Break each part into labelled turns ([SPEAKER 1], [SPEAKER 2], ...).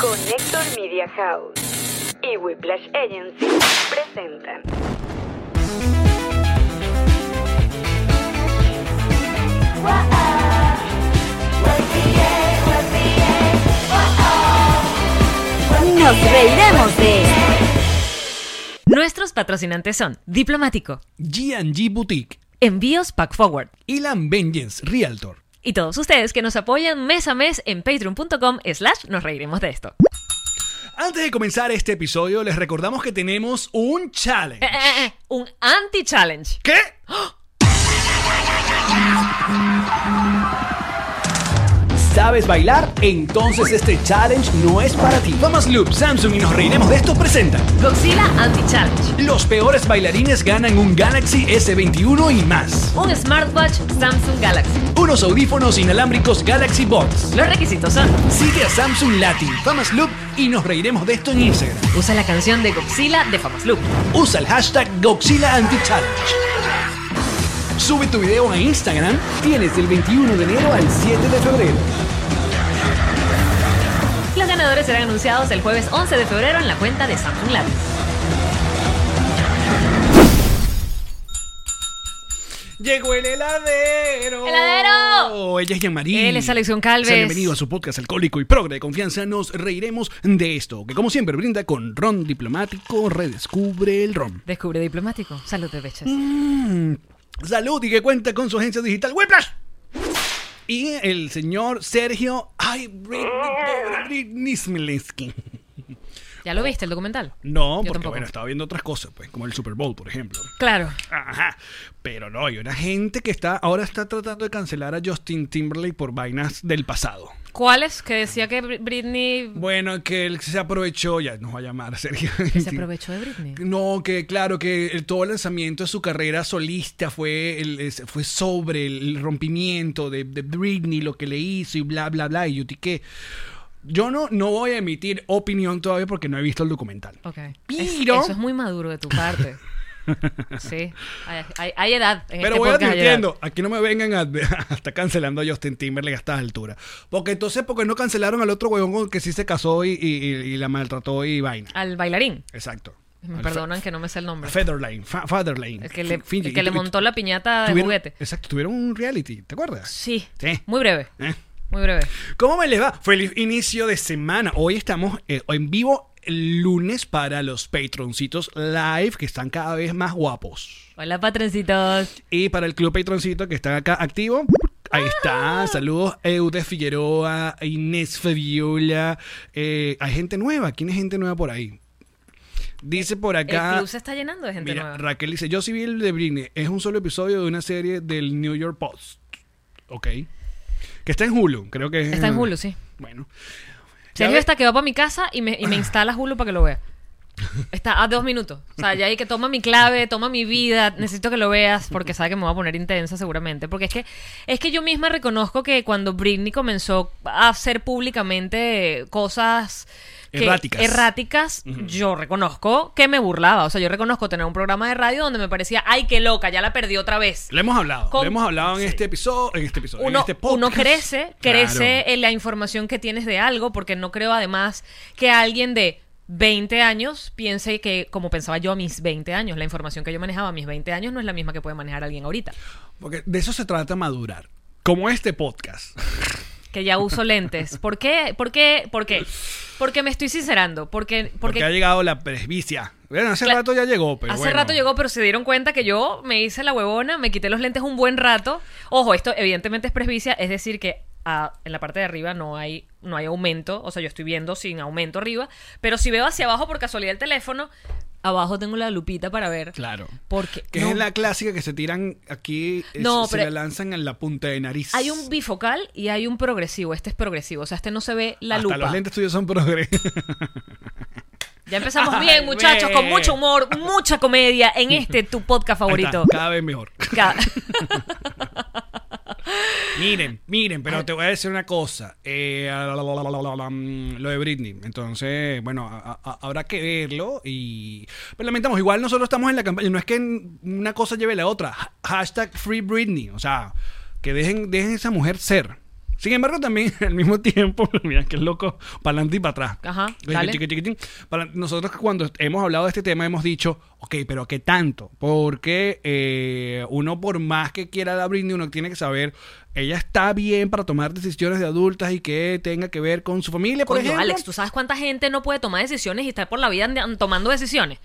[SPEAKER 1] Connector Media House y Whiplash Agency presentan.
[SPEAKER 2] Nos reiremos de esto.
[SPEAKER 3] Nuestros patrocinantes son Diplomático,
[SPEAKER 4] G&G Boutique,
[SPEAKER 3] Envíos Pack Forward
[SPEAKER 4] Elan Vengeance Realtor.
[SPEAKER 3] y todos ustedes que nos apoyan mes a mes en patreon.com slash nos reiremos de esto.
[SPEAKER 4] Antes de comenzar este episodio, les recordamos que tenemos un
[SPEAKER 3] Eh,
[SPEAKER 4] challenge.
[SPEAKER 3] eh, eh, un anti-challenge.
[SPEAKER 4] ¿Qué?
[SPEAKER 5] ¿Sabes bailar? Entonces este challenge no es para ti.
[SPEAKER 4] Thomas Loop, Samsung y nos reiremos de esto presentan.
[SPEAKER 3] Godzilla Anti-Challenge.
[SPEAKER 4] Los peores bailarines ganan un Galaxy S21 y más.
[SPEAKER 3] Un smartwatch Samsung Galaxy.
[SPEAKER 4] Unos audífonos inalámbricos Galaxy Box.
[SPEAKER 3] Los requisitos son,
[SPEAKER 4] Sigue a Samsung Latin, Thomas Loop y nos reiremos de esto en Instagram.
[SPEAKER 3] usa la canción de Godzilla de Famous Loop.
[SPEAKER 4] Usa el hashtag Godzilla Anti-Challenge. Sube tu video a Instagram
[SPEAKER 5] Tienes del 21 de enero al 7 de febrero.
[SPEAKER 3] Los ganadores serán anunciados el jueves 11 de febrero en la cuenta de Samsung Live.
[SPEAKER 4] Llegó el heladero.
[SPEAKER 3] ¡Heladero!
[SPEAKER 4] Ella es Yamarí.
[SPEAKER 3] Él es Alexión Calves.
[SPEAKER 4] Bienvenido a su podcast alcohólico y progre de confianza. Nos reiremos de esto, que como siempre brinda con ron diplomático, redescubre el ron. Mm,
[SPEAKER 3] Descubre Diplomático. Salud de beches.
[SPEAKER 4] Salud y que cuenta con su agencia digital Whiplash. Y el señor Sergio Ay, Britney, Oh. Britney Smilinski.
[SPEAKER 3] ¿Ya lo viste el documental?
[SPEAKER 4] No,
[SPEAKER 3] Yo
[SPEAKER 4] porque
[SPEAKER 3] tampoco.
[SPEAKER 4] bueno, estaba viendo otras cosas, pues, como el Super Bowl, por ejemplo.
[SPEAKER 3] Claro.
[SPEAKER 4] Ajá. Pero no, hay una gente que está ahora está tratando de cancelar a Justin Timberlake por vainas del pasado.
[SPEAKER 3] ¿Cuáles? Que decía que Br- Britney
[SPEAKER 4] Bueno, que él se aprovechó, ya nos va a llamar Sergio.
[SPEAKER 3] se aprovechó de Britney.
[SPEAKER 4] No, que claro, que el- todo el lanzamiento de su carrera solista fue, el- es- fue sobre el rompimiento de, de Britney, lo que le hizo y bla, bla, bla, y yo tiqué. Yo no, no voy a emitir opinión todavía porque no he visto el documental.
[SPEAKER 3] Ok. Es-
[SPEAKER 4] Pero-
[SPEAKER 3] eso es muy maduro de tu parte. Sí. Hay, hay- hay edad. En
[SPEAKER 4] Pero
[SPEAKER 3] este
[SPEAKER 4] voy
[SPEAKER 3] podcast hay
[SPEAKER 4] advirtiendo, aquí no me vengan a, a estar cancelando a Justin Timberlake a estas alturas. Porque entonces, porque no cancelaron al otro huevón con el que sí se casó y, y- y- y la maltrató y vaina.
[SPEAKER 3] edad. Al bailarín.
[SPEAKER 4] Exacto.
[SPEAKER 3] Me
[SPEAKER 4] Al
[SPEAKER 3] perdonan que no me sé el nombre.
[SPEAKER 4] fe- Featherlane, fa- Fatherlane.
[SPEAKER 3] El que le,
[SPEAKER 4] Fingy.
[SPEAKER 3] el que le
[SPEAKER 4] Y tu-
[SPEAKER 3] montó la piñata de
[SPEAKER 4] tuvieron-
[SPEAKER 3] juguete.
[SPEAKER 4] Exacto, tuvieron un reality, ¿te acuerdas?
[SPEAKER 3] Sí.
[SPEAKER 4] Sí.
[SPEAKER 3] Muy breve.
[SPEAKER 4] ¿Eh?
[SPEAKER 3] Muy breve.
[SPEAKER 4] ¿Cómo me les va? Feliz inicio de semana. Hoy estamos eh, en vivo el lunes para los patroncitos live que están cada vez más guapos.
[SPEAKER 3] Hola, patroncitos.
[SPEAKER 4] Y para el Club Patroncito que está acá activo, ahí
[SPEAKER 3] Ah.
[SPEAKER 4] está. Saludos, Eudes Figueroa, Inés Fabiola. Eh, hay gente nueva. ¿Quién es gente nueva por ahí? Dice por
[SPEAKER 3] el
[SPEAKER 4] acá.
[SPEAKER 3] club se está llenando de gente
[SPEAKER 4] mira,
[SPEAKER 3] nueva.
[SPEAKER 4] Raquel dice: Yo sí vi el de Britney. Es un solo episodio de una serie del New York Post. Ok. Que está en Hulu, creo que es-
[SPEAKER 3] Está en Hulu, sí.
[SPEAKER 4] Bueno.
[SPEAKER 3] Sergio
[SPEAKER 4] ve-
[SPEAKER 3] está que va para mi casa y me, y me instala Hulu para que lo vea. Está a dos minutos. O sea, ya hay que toma mi clave, toma mi vida, necesito que lo veas porque sabe que me va a poner intensa seguramente. Porque es que, es que yo misma reconozco que cuando Britney comenzó a hacer públicamente cosas que-
[SPEAKER 4] Erráticas.
[SPEAKER 3] erráticas, yo reconozco que me burlaba. O sea, yo reconozco tener un programa de radio donde me parecía, ay, qué loca, ya la perdí otra vez.
[SPEAKER 4] Le hemos hablado.
[SPEAKER 3] Con-
[SPEAKER 4] Le hemos hablado en
[SPEAKER 3] Sí.
[SPEAKER 4] este episodio. En este episodio. en
[SPEAKER 3] uno,
[SPEAKER 4] este podcast.
[SPEAKER 3] uno crece, crece
[SPEAKER 4] Claro.
[SPEAKER 3] en la información que tienes de algo, porque no creo además que alguien de 20 años piense que, como pensaba yo a mis 20 años, la información que yo manejaba a mis 20 años no es la misma que puede manejar alguien ahorita.
[SPEAKER 4] Porque de eso se trata madurar. Como este podcast.
[SPEAKER 3] Que ya uso lentes. ¿Por qué? ¿Por qué? ¿Por qué? Porque me estoy sincerando. Porque,
[SPEAKER 4] Porque,
[SPEAKER 3] porque,
[SPEAKER 4] ha llegado la presbicia. Bueno, hace
[SPEAKER 3] Cla-
[SPEAKER 4] rato ya llegó, pero
[SPEAKER 3] Hace
[SPEAKER 4] Pues bueno.
[SPEAKER 3] rato llegó, pero se dieron cuenta que yo me hice la huevona, me quité los lentes un buen rato. Ojo, esto evidentemente es presbicia, es decir que ah, en la parte de arriba no hay, no hay aumento, o sea, yo estoy viendo sin aumento arriba, pero si veo hacia abajo por casualidad el teléfono, abajo tengo la lupita para ver.
[SPEAKER 4] Claro.
[SPEAKER 3] Porque
[SPEAKER 4] Que
[SPEAKER 3] no,
[SPEAKER 4] es la clásica que se tiran aquí, es-
[SPEAKER 3] No,
[SPEAKER 4] se
[SPEAKER 3] pero-
[SPEAKER 4] la lanzan en la punta de nariz.
[SPEAKER 3] hay un bifocal y hay un progresivo, este es progresivo, o sea, este no se ve la
[SPEAKER 4] Hasta
[SPEAKER 3] lupa.
[SPEAKER 4] los lentes tuyos son progres.
[SPEAKER 3] Ya empezamos
[SPEAKER 4] Ay,
[SPEAKER 3] bien, muchachos, con
[SPEAKER 4] güey.
[SPEAKER 3] mucho humor, mucha comedia en este tu podcast favorito.
[SPEAKER 4] Ahí está, Cada vez mejor.
[SPEAKER 3] Ca-
[SPEAKER 4] miren, miren, pero te voy a decir una cosa. Eh, la, la, la, la, la, la, mm, lo de Britney. Entonces, bueno, a- a- habrá que verlo y... Pero lamentamos, igual nosotros estamos en la campaña. No es que en- una cosa lleve a la otra. Ha- Hashtag Free Britney. O sea, que dejen, dejen a esa mujer ser. Sin embargo, también al mismo tiempo, mira qué loco, para adelante y para atrás.
[SPEAKER 3] Ajá,
[SPEAKER 4] Chiqui,
[SPEAKER 3] dale.
[SPEAKER 4] chiqui, chiquitín. Para- nosotros cuando hemos hablado de este tema hemos dicho, ok, pero ¿qué tanto? Porque eh, uno por más que quiera la Britney, uno tiene que saber, ella está bien para tomar decisiones de adultas y que tenga que ver con su familia, por
[SPEAKER 3] Coño,
[SPEAKER 4] ejemplo.
[SPEAKER 3] Alex, ¿tú sabes cuánta gente no puede tomar decisiones y estar por la vida ande- tomando decisiones?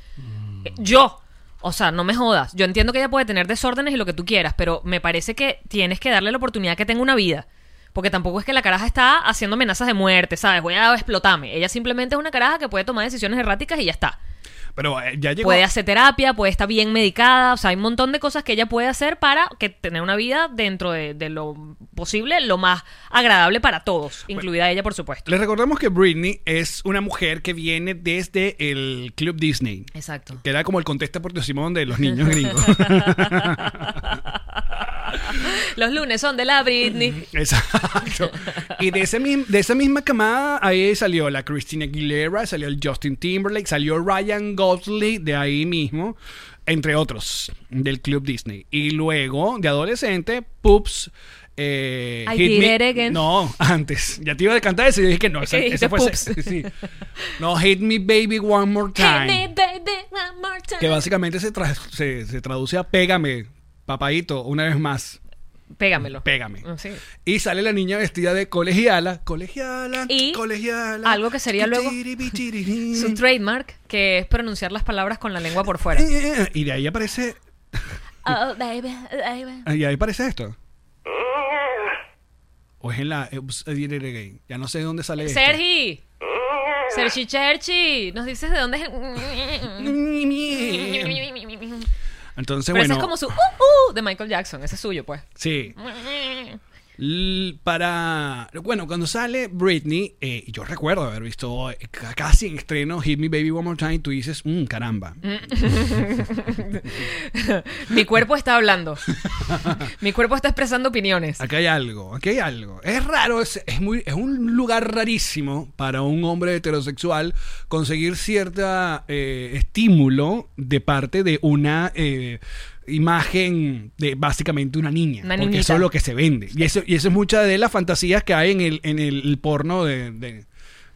[SPEAKER 3] Eh, Yo. O sea, no me jodas. Yo entiendo que ella puede tener desórdenes y lo que tú quieras, pero me parece que tienes que darle la oportunidad que tenga una vida. Porque tampoco es que la caraja está haciendo amenazas de muerte, ¿sabes? Voy a explotarme. Ella simplemente es una caraja que puede tomar decisiones erráticas y ya está.
[SPEAKER 4] pero eh, ya llegó.
[SPEAKER 3] Puede hacer terapia, puede estar bien medicada, o sea, hay un montón de cosas que ella puede hacer para que tener una vida dentro de, de lo posible, lo más agradable para todos,
[SPEAKER 4] Pues
[SPEAKER 3] incluida ella, por supuesto.
[SPEAKER 4] Les recordamos que Britney es una mujer que viene desde el Club Disney.
[SPEAKER 3] Exacto.
[SPEAKER 4] Que era como el contesta por Dios Simón de los niños gringos.
[SPEAKER 3] Los lunes son de la Britney.
[SPEAKER 4] Mm-hmm. Exacto. Y de, ese mismo, de esa misma camada, ahí salió la Christina Aguilera, salió el Justin Timberlake, salió Ryan Gosling de ahí mismo, entre otros, del Club Disney. Y luego, de adolescente, Poops. Eh,
[SPEAKER 3] I
[SPEAKER 4] Hit
[SPEAKER 3] did
[SPEAKER 4] Me-
[SPEAKER 3] it again.
[SPEAKER 4] No, antes. Ya te iba a cantar eso y yo dije que no, esa,
[SPEAKER 3] Ok,
[SPEAKER 4] esa
[SPEAKER 3] dijiste
[SPEAKER 4] fue
[SPEAKER 3] Poops.
[SPEAKER 4] sí. No, Hit Me Baby One More Time.
[SPEAKER 3] Hit me, baby, one more time.
[SPEAKER 4] Que básicamente se, tra- se, se traduce a pégame, papadito, una vez más.
[SPEAKER 3] Pégamelo. Oh,
[SPEAKER 4] Pégame.
[SPEAKER 3] Sí.
[SPEAKER 4] Y sale la niña vestida de colegiala. Colegiala.
[SPEAKER 3] Y
[SPEAKER 4] colegiala.
[SPEAKER 3] algo que sería luego
[SPEAKER 4] Titiribitirirín.
[SPEAKER 3] Su trademark, que es pronunciar las palabras con la lengua por fuera.
[SPEAKER 4] Eh, Mm. Y de ahí aparece.
[SPEAKER 3] Oh, baby, baby.
[SPEAKER 4] Y ahí aparece esto. O es en la. eh, Ya no sé de dónde sale esto.
[SPEAKER 3] Sergi. Sergi Cherchi. Nos dices de dónde es.
[SPEAKER 4] Mm. Entonces,
[SPEAKER 3] Pero
[SPEAKER 4] bueno.
[SPEAKER 3] ese es como su uh, uh, de Michael Jackson. Ese es suyo, pues.
[SPEAKER 4] Sí. L- Para. Bueno, cuando sale Britney, eh, yo recuerdo haber visto eh, ca- casi en estreno Hit Me Baby One More Time. Tú dices, "Mm, caramba.
[SPEAKER 3] Mi cuerpo está hablando. Mi cuerpo está expresando opiniones.
[SPEAKER 4] Acá hay algo, aquí hay algo. Es raro, es, es muy, es un lugar rarísimo para un hombre heterosexual conseguir cierta eh, estímulo de parte de una eh, imagen de básicamente una niña.
[SPEAKER 3] Una
[SPEAKER 4] porque
[SPEAKER 3] niñita.
[SPEAKER 4] eso es lo que se vende. Y eso, y eso es mucha de las fantasías que hay en el, en el porno de. de-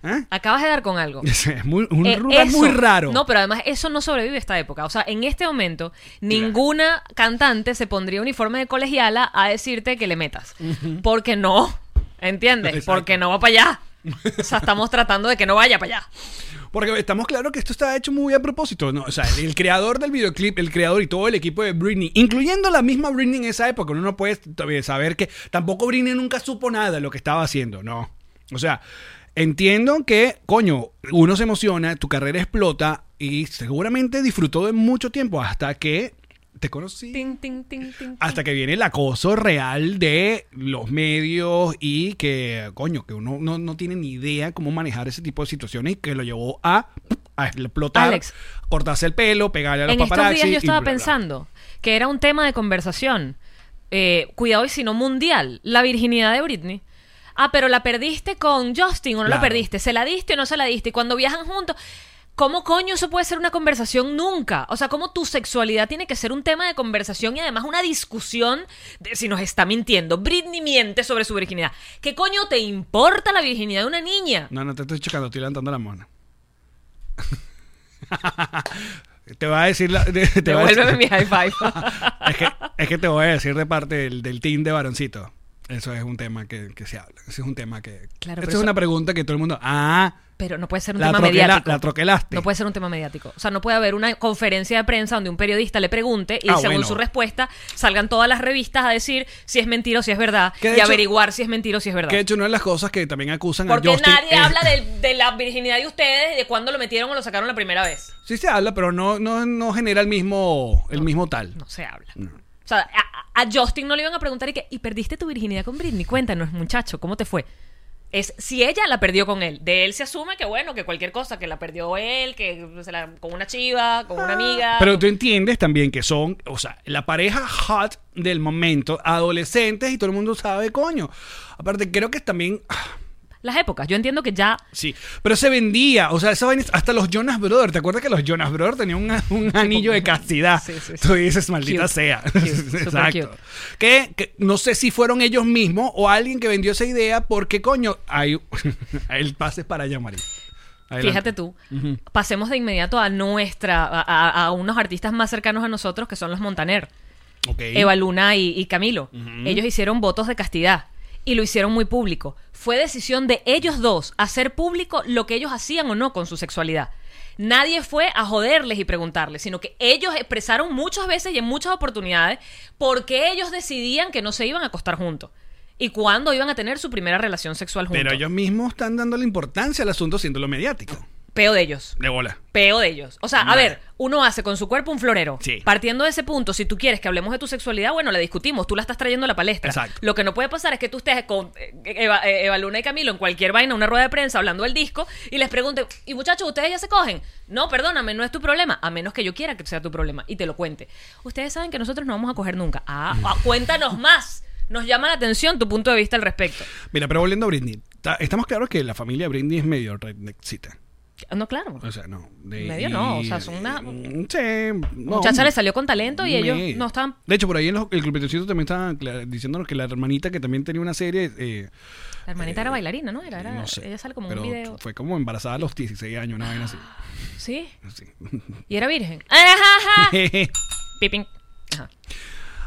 [SPEAKER 4] ¿eh?
[SPEAKER 3] Acabas de dar con algo.
[SPEAKER 4] Es, muy, un
[SPEAKER 3] Eh,
[SPEAKER 4] lugar
[SPEAKER 3] eso.
[SPEAKER 4] muy raro.
[SPEAKER 3] No, pero además eso no sobrevive a esta época. O sea, en este momento, ninguna cantante se pondría uniforme de colegiala a decirte que le metas. Porque no. ¿Entiendes?
[SPEAKER 4] Exacto.
[SPEAKER 3] Porque no va para allá. O sea, estamos tratando de que no vaya para allá.
[SPEAKER 4] Porque estamos claros que esto está hecho muy a propósito, ¿no? O sea, el, el creador del videoclip, el creador y todo el equipo de Britney, incluyendo la misma Britney en esa época, uno no puede todavía saber que tampoco Britney nunca supo nada de lo que estaba haciendo, no. O sea, entiendo que, coño, uno se emociona, tu carrera explota y seguramente disfrutó de mucho tiempo hasta que te conocí.
[SPEAKER 3] Tin, tin, tin, tin.
[SPEAKER 4] Hasta que viene el acoso real de los medios y que, coño, que uno no, no tiene ni idea cómo manejar ese tipo de situaciones y que lo llevó a, a explotar,
[SPEAKER 3] Alex.
[SPEAKER 4] cortarse el pelo, pegarle a los
[SPEAKER 3] en estos
[SPEAKER 4] paparazzi
[SPEAKER 3] días yo
[SPEAKER 4] y
[SPEAKER 3] estaba
[SPEAKER 4] bla, bla.
[SPEAKER 3] pensando que era un tema de conversación. Eh, cuidado y si no mundial, la virginidad de Britney. Ah, pero la perdiste con Justin o no la
[SPEAKER 4] Claro.
[SPEAKER 3] perdiste, se la diste o no se la diste. Y cuando viajan juntos, ¿cómo coño eso puede ser una conversación nunca? O sea, ¿cómo tu sexualidad tiene que ser un tema de conversación y además una discusión de si nos está mintiendo? Britney miente sobre su virginidad. ¿Qué coño te importa la virginidad de una niña?
[SPEAKER 4] No, no te estoy chocando, estoy levantando la mona. te va a decir la. Te, te va a
[SPEAKER 3] Devuélveme
[SPEAKER 4] decir-
[SPEAKER 3] mi high five.
[SPEAKER 4] es, que, es que te voy a decir de parte del, del team de varoncito. Eso es un tema que, que se habla. Eso es un tema que.
[SPEAKER 3] Claro, pero
[SPEAKER 4] Esa es
[SPEAKER 3] eso-
[SPEAKER 4] una pregunta que todo el mundo. Ah,
[SPEAKER 3] Pero no puede ser un
[SPEAKER 4] la,
[SPEAKER 3] tema
[SPEAKER 4] troquela-
[SPEAKER 3] mediático.
[SPEAKER 4] la troquelaste.
[SPEAKER 3] No puede ser un tema mediático. O sea, no puede haber una conferencia de prensa donde un periodista le pregunte y
[SPEAKER 4] Ah,
[SPEAKER 3] según
[SPEAKER 4] bueno.
[SPEAKER 3] su respuesta salgan todas las revistas a decir si es mentira o si es verdad y
[SPEAKER 4] Que de hecho-
[SPEAKER 3] averiguar si es mentira o si es verdad.
[SPEAKER 4] Que de hecho una de las cosas que también acusan
[SPEAKER 3] Porque
[SPEAKER 4] a Justin eh,
[SPEAKER 3] nadie
[SPEAKER 4] es-
[SPEAKER 3] habla de, de la virginidad de ustedes, de cuándo lo metieron o lo sacaron la primera vez.
[SPEAKER 4] Sí se habla, pero no, no, no genera el mismo, el mismo tal.
[SPEAKER 3] No se habla. O sea, a, a Justin no le iban a preguntar y que, ¿y perdiste tu virginidad con Britney? Cuéntanos, muchacho, ¿cómo te fue? Es si ella la perdió con él. De él se asume que, bueno, que cualquier cosa, que la perdió él, que se la, con una chiva, con una amiga.
[SPEAKER 4] Ah. Pero tú entiendes también que son, o sea, la pareja hot del momento, adolescentes y todo el mundo sabe, coño. Aparte, creo que también... ah,
[SPEAKER 3] las épocas. Yo entiendo que ya
[SPEAKER 4] Sí, pero se vendía, o sea, esa vaina, hasta los Jonas Brothers, ¿te acuerdas que los Jonas Brothers tenían un, un anillo de castidad?
[SPEAKER 3] Sí, sí, sí.
[SPEAKER 4] Tú dices, maldita
[SPEAKER 3] Cute.
[SPEAKER 4] sea.
[SPEAKER 3] Cute, super
[SPEAKER 4] Exacto.
[SPEAKER 3] cute.
[SPEAKER 4] Que, que no sé si fueron ellos mismos o alguien que vendió esa idea, porque coño, hay el pase para llamar.
[SPEAKER 3] Fíjate tú, pasemos de inmediato a nuestra, a, a- a unos artistas más cercanos a nosotros que son los Montaner,
[SPEAKER 4] Ok.
[SPEAKER 3] Eva Luna y, y Camilo. Ellos hicieron votos de castidad y lo hicieron muy público. Fue decisión de ellos dos hacer público lo que ellos hacían o no con su sexualidad. Nadie fue a joderles y preguntarles, sino que ellos expresaron muchas veces y en muchas oportunidades por qué ellos decidían que no se iban a acostar juntos y cuándo iban a tener su primera relación sexual juntos.
[SPEAKER 4] Pero ellos mismos están dando la importancia al asunto siendo lo mediático.
[SPEAKER 3] Peo de ellos.
[SPEAKER 4] De bola.
[SPEAKER 3] peo de ellos. O sea, a ver, uno hace con su cuerpo un florero.
[SPEAKER 4] Sí.
[SPEAKER 3] Partiendo de ese punto, si tú quieres que hablemos de tu sexualidad, bueno, la discutimos, tú la estás trayendo a la palestra.
[SPEAKER 4] Exacto.
[SPEAKER 3] Lo que no puede pasar es que tú estés con eh, Eva, eh, Eva Luna y Camilo en cualquier vaina, una rueda de prensa, hablando del disco, y les pregunten, y muchachos, ¿ustedes ya se cogen? No, perdóname, no es tu problema, a menos que yo quiera que sea tu problema, y te lo cuente. Ustedes saben que nosotros no vamos a coger nunca. Ah,
[SPEAKER 4] Mm.
[SPEAKER 3] ah, cuéntanos más. Nos llama la atención tu punto de vista al respecto.
[SPEAKER 4] Mira, pero volviendo a Britney, ta- estamos claros que la familia Britney es medio redneckcita. Eh,
[SPEAKER 3] No, claro.
[SPEAKER 4] O sea, no. de-
[SPEAKER 3] Medio no, o sea, son una-
[SPEAKER 4] Mm, Sí. no,
[SPEAKER 3] Muchacha le salió con talento y ellos
[SPEAKER 4] medio.
[SPEAKER 3] no están-
[SPEAKER 4] De hecho, por ahí en los- el clubetecito también estaba cla- diciéndonos que la hermanita que también tenía una serie. eh,
[SPEAKER 3] La hermanita
[SPEAKER 4] Eh,
[SPEAKER 3] era bailarina, ¿no? Era, era-
[SPEAKER 4] no sé.
[SPEAKER 3] Ella sale como en
[SPEAKER 4] pero
[SPEAKER 3] un video.
[SPEAKER 4] Fue como embarazada a los 16 años, una vaina así.
[SPEAKER 3] Sí.
[SPEAKER 4] Sí.
[SPEAKER 3] Y era virgen. Ajá. Pipín. Ajá.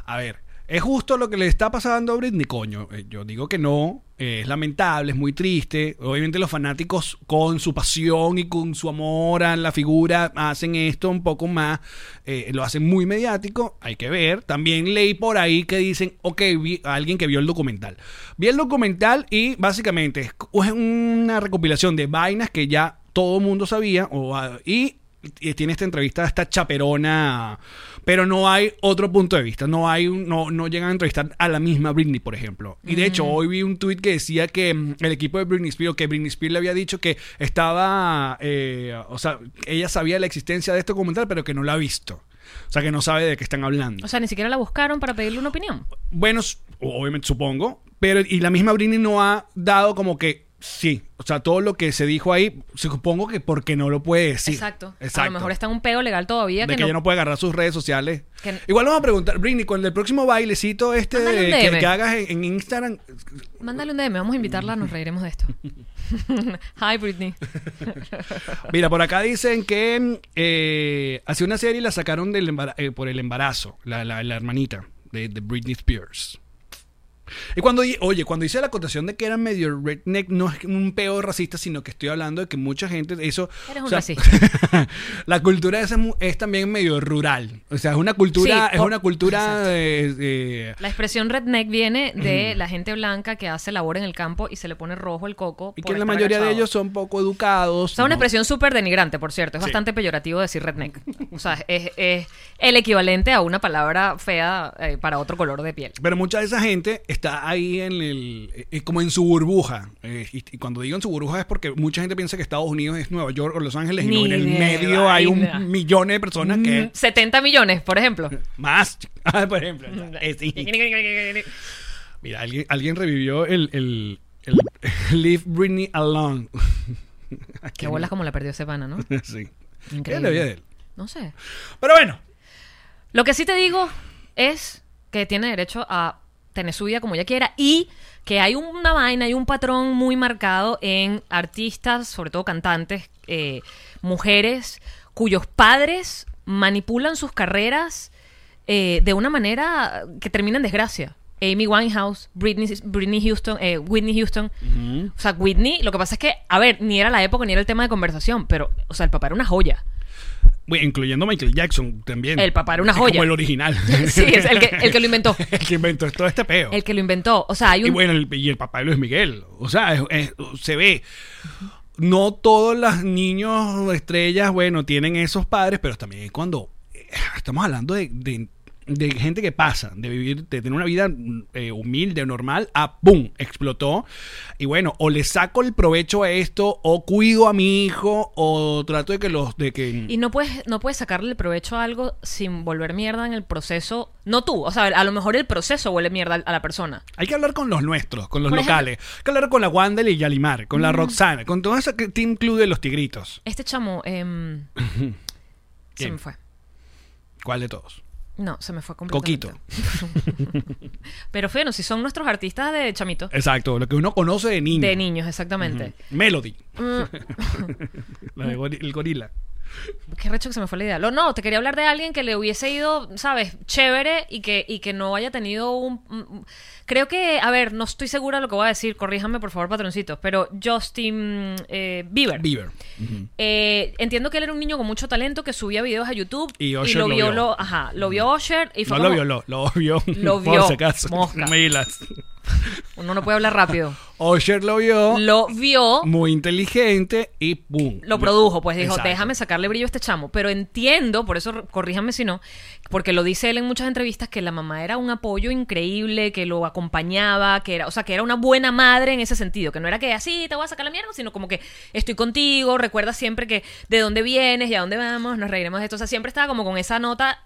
[SPEAKER 4] A ver, ¿es justo lo que le está pasando a Britney? Coño, eh, yo digo que no. eh, es lamentable, es muy triste. Obviamente los fanáticos con su pasión y con su amor a la figura hacen esto un poco más, eh, lo hacen muy mediático, hay que ver. También leí por ahí que dicen, ok, vi a alguien que vio el documental. Vi el documental y básicamente es es una recopilación de vainas que ya todo el mundo sabía o, ah, y y tiene esta entrevista a esta chaperona, pero no hay otro punto de vista, no hay un- no, no llegan a entrevistar a la misma Britney, por ejemplo. Y
[SPEAKER 3] Mm.
[SPEAKER 4] de hecho, hoy vi un tuit que decía que mm, el equipo de Britney Spears, o que Britney Spears le había dicho que estaba, eh, o sea, ella sabía la existencia de este documental, pero que no la ha visto. O sea, que no sabe de qué están hablando.
[SPEAKER 3] O sea, ni siquiera la buscaron para pedirle una opinión.
[SPEAKER 4] Bueno, s- obviamente supongo, pero y la misma Britney no ha dado como que sí, o sea, todo lo que se dijo ahí, supongo que porque no lo puede decir.
[SPEAKER 3] Exacto. A lo mejor está en un peo legal todavía
[SPEAKER 4] de
[SPEAKER 3] que,
[SPEAKER 4] que,
[SPEAKER 3] no.
[SPEAKER 4] ella no puede agarrar sus redes sociales.
[SPEAKER 3] Que no-
[SPEAKER 4] Igual vamos a preguntar, Britney, con el próximo bailecito este
[SPEAKER 3] Mándale
[SPEAKER 4] de-
[SPEAKER 3] un
[SPEAKER 4] que,
[SPEAKER 3] DM.
[SPEAKER 4] que hagas en, en Instagram,
[SPEAKER 3] Mándale un DM, vamos a invitarla, nos reiremos de esto. Hi, Britney.
[SPEAKER 4] Mira, por acá dicen que eh, hacía una serie y la sacaron del embara- eh, por el embarazo, la, la- la hermanita de, de Britney Spears. Y cuando, di- oye, cuando hice la acotación de que era medio redneck, no es un peo racista, sino que estoy hablando de que mucha gente, eso...
[SPEAKER 3] Eres un
[SPEAKER 4] o sea, la cultura es, mu- es también medio rural. O sea, es una cultura,
[SPEAKER 3] Sí,
[SPEAKER 4] es
[SPEAKER 3] por-
[SPEAKER 4] una cultura
[SPEAKER 3] exacto.
[SPEAKER 4] de- de-
[SPEAKER 3] La expresión redneck viene de la gente blanca que hace labor en el campo y se le pone rojo el coco.
[SPEAKER 4] y
[SPEAKER 3] por
[SPEAKER 4] que la
[SPEAKER 3] estar
[SPEAKER 4] mayoría de
[SPEAKER 3] agachado.
[SPEAKER 4] ellos son poco educados.
[SPEAKER 3] O sea, una
[SPEAKER 4] ¿no?
[SPEAKER 3] expresión súper denigrante, por cierto. Es bastante peyorativo decir redneck. O sea, es, es el equivalente a una palabra fea eh, para otro color de piel.
[SPEAKER 4] Pero mucha de esa gente está ahí en el, eh, eh, como en su burbuja. Eh, y, y cuando digo en su burbuja es porque mucha gente piensa que Estados Unidos es Nueva York o Los Ángeles y no,
[SPEAKER 3] Ni
[SPEAKER 4] en el
[SPEAKER 3] de
[SPEAKER 4] medio hay
[SPEAKER 3] vaina.
[SPEAKER 4] un millón de personas que...
[SPEAKER 3] Mm, 70 millones, por ejemplo.
[SPEAKER 4] Más, Ah, por ejemplo. Eh, sí. Mira, alguien, alguien revivió el, el, el Leave Britney Alone.
[SPEAKER 3] Qué bolas como la perdió ese pana, ¿no?
[SPEAKER 4] sí. ¿Qué es la
[SPEAKER 3] Increíble.
[SPEAKER 4] vida de él?
[SPEAKER 3] No sé.
[SPEAKER 4] Pero bueno,
[SPEAKER 3] Lo que sí te digo es que tiene derecho a tener su vida como ella quiera y que hay una vaina, hay un patrón muy marcado en artistas, sobre todo cantantes, eh, mujeres, cuyos padres manipulan sus carreras eh, de una manera que termina en desgracia. Amy Winehouse, Britney, Britney Houston, eh, Whitney Houston. O sea, Whitney, lo que pasa es que, a ver, ni era la época ni era el tema de conversación, pero, o sea, el papá era una joya.
[SPEAKER 4] bueno, incluyendo Michael Jackson también.
[SPEAKER 3] El papá era una
[SPEAKER 4] Es
[SPEAKER 3] joya.
[SPEAKER 4] Como el original.
[SPEAKER 3] Sí, es el que- el que lo inventó.
[SPEAKER 4] el que inventó todo este peo.
[SPEAKER 3] El que lo inventó. O sea, hay un...
[SPEAKER 4] Y bueno, el, y el papá de Luis Miguel. O sea, es- es- se ve. No todos los niños o estrellas, bueno, tienen esos padres, pero también cuando eh, estamos hablando de, de de gente que pasa de vivir, de tener una vida eh, humilde, normal, a ¡pum! explotó. Y bueno, o le saco el provecho a esto, o cuido a mi hijo, o trato de que los. de que.
[SPEAKER 3] Y no puedes, no puedes sacarle el provecho a algo sin volver mierda en el proceso. No tú, o sea, a lo mejor el proceso huele mierda a la persona.
[SPEAKER 4] Hay que hablar con los nuestros, con los
[SPEAKER 3] Por ejemplo-
[SPEAKER 4] locales. Hay que hablar con la Wanda y Yalimar, con la Roxana, con todo ese que- team club de los tigritos.
[SPEAKER 3] Este chamo, em, se
[SPEAKER 4] ¿Quién?
[SPEAKER 3] me fue.
[SPEAKER 4] ¿Cuál de todos?
[SPEAKER 3] No, se me fue completamente.
[SPEAKER 4] Coquito.
[SPEAKER 3] Pero bueno, si son nuestros artistas de chamito.
[SPEAKER 4] Exacto, lo que uno conoce de niño.
[SPEAKER 3] De niños, exactamente.
[SPEAKER 4] Melody,
[SPEAKER 3] Mm,
[SPEAKER 4] la de gori- el gorila.
[SPEAKER 3] Qué recho que se me fue la idea. Lo- no, te quería hablar de alguien que le hubiese ido, ¿sabes? Chévere y que, y que no haya tenido un... mm, mm. Creo que, a ver, no estoy segura de lo que voy a decir, corríjame por favor, patroncitos, pero Justin eh, Bieber.
[SPEAKER 4] Bieber.
[SPEAKER 3] Eh, entiendo que él era un niño con mucho talento que subía videos a YouTube
[SPEAKER 4] Y Usher
[SPEAKER 3] lo,
[SPEAKER 4] lo
[SPEAKER 3] vio,
[SPEAKER 4] vio.
[SPEAKER 3] lo- ajá, lo vio Usher y
[SPEAKER 4] No
[SPEAKER 3] fue
[SPEAKER 4] lo
[SPEAKER 3] como-
[SPEAKER 4] violó, lo vio.
[SPEAKER 3] Lo
[SPEAKER 4] Por
[SPEAKER 3] vio,
[SPEAKER 4] si acaso.
[SPEAKER 3] mosca.
[SPEAKER 4] Milas.
[SPEAKER 3] Uno no puede hablar rápido.
[SPEAKER 4] Usher lo vio.
[SPEAKER 3] Lo vio,
[SPEAKER 4] muy inteligente y ¡pum!
[SPEAKER 3] lo produjo, pues dijo,
[SPEAKER 4] Exacto.
[SPEAKER 3] déjame sacarle brillo a este chamo. Pero entiendo, por eso r- corríjame si no, porque lo dice él en muchas entrevistas, que la mamá era un apoyo increíble, que lo acompañaba, que era, o sea, que era una buena madre en ese sentido, que no era que así te voy a sacar la mierda, sino como que estoy contigo, recuerda siempre que de dónde vienes y a dónde vamos, nos reiremos de esto. O sea, siempre estaba como con esa nota.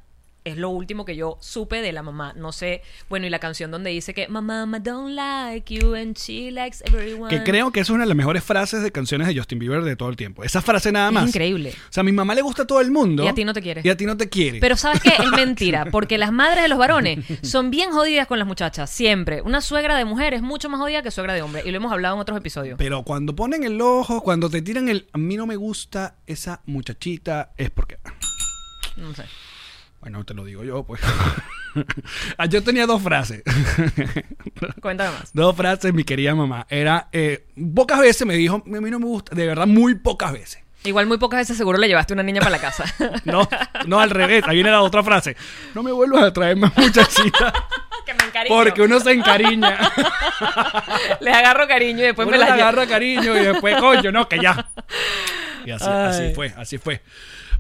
[SPEAKER 3] Es lo último que yo supe de la mamá. No sé. Bueno, y la canción donde dice que My mama don't like you and she likes everyone.
[SPEAKER 4] Que creo que es una de las mejores frases de canciones de Justin Bieber de todo el tiempo. Esa frase nada
[SPEAKER 3] Es
[SPEAKER 4] más.
[SPEAKER 3] increíble.
[SPEAKER 4] O sea, a mi mamá le gusta a todo el mundo.
[SPEAKER 3] Y a ti no te quiere.
[SPEAKER 4] Y a ti no te quiere.
[SPEAKER 3] Pero ¿sabes qué? Es mentira, porque las madres de los varones son bien jodidas con las muchachas, siempre. Una suegra de mujer es mucho más jodida que suegra de hombre, y lo hemos hablado en otros episodios.
[SPEAKER 4] Pero cuando ponen el ojo, cuando te tiran el a mí no me gusta esa muchachita, es porque.
[SPEAKER 3] No sé.
[SPEAKER 4] Bueno, te lo digo yo, pues. Ah, yo tenía dos frases.
[SPEAKER 3] Cuéntame más.
[SPEAKER 4] Dos frases, mi querida mamá. Era, eh, pocas veces me dijo, a mí no me gusta, de verdad, muy pocas veces.
[SPEAKER 3] Igual muy pocas veces seguro le llevaste una niña para la casa.
[SPEAKER 4] No, no al revés, ahí viene la otra frase. No me vuelvas a traer más muchachita.
[SPEAKER 3] que me encariño.
[SPEAKER 4] Porque uno se encariña.
[SPEAKER 3] Les agarro cariño y después
[SPEAKER 4] uno
[SPEAKER 3] me
[SPEAKER 4] le
[SPEAKER 3] la llevo.
[SPEAKER 4] agarra cariño y después, coño, no, que ya. Y así, así
[SPEAKER 3] Ay.
[SPEAKER 4] fue, así fue.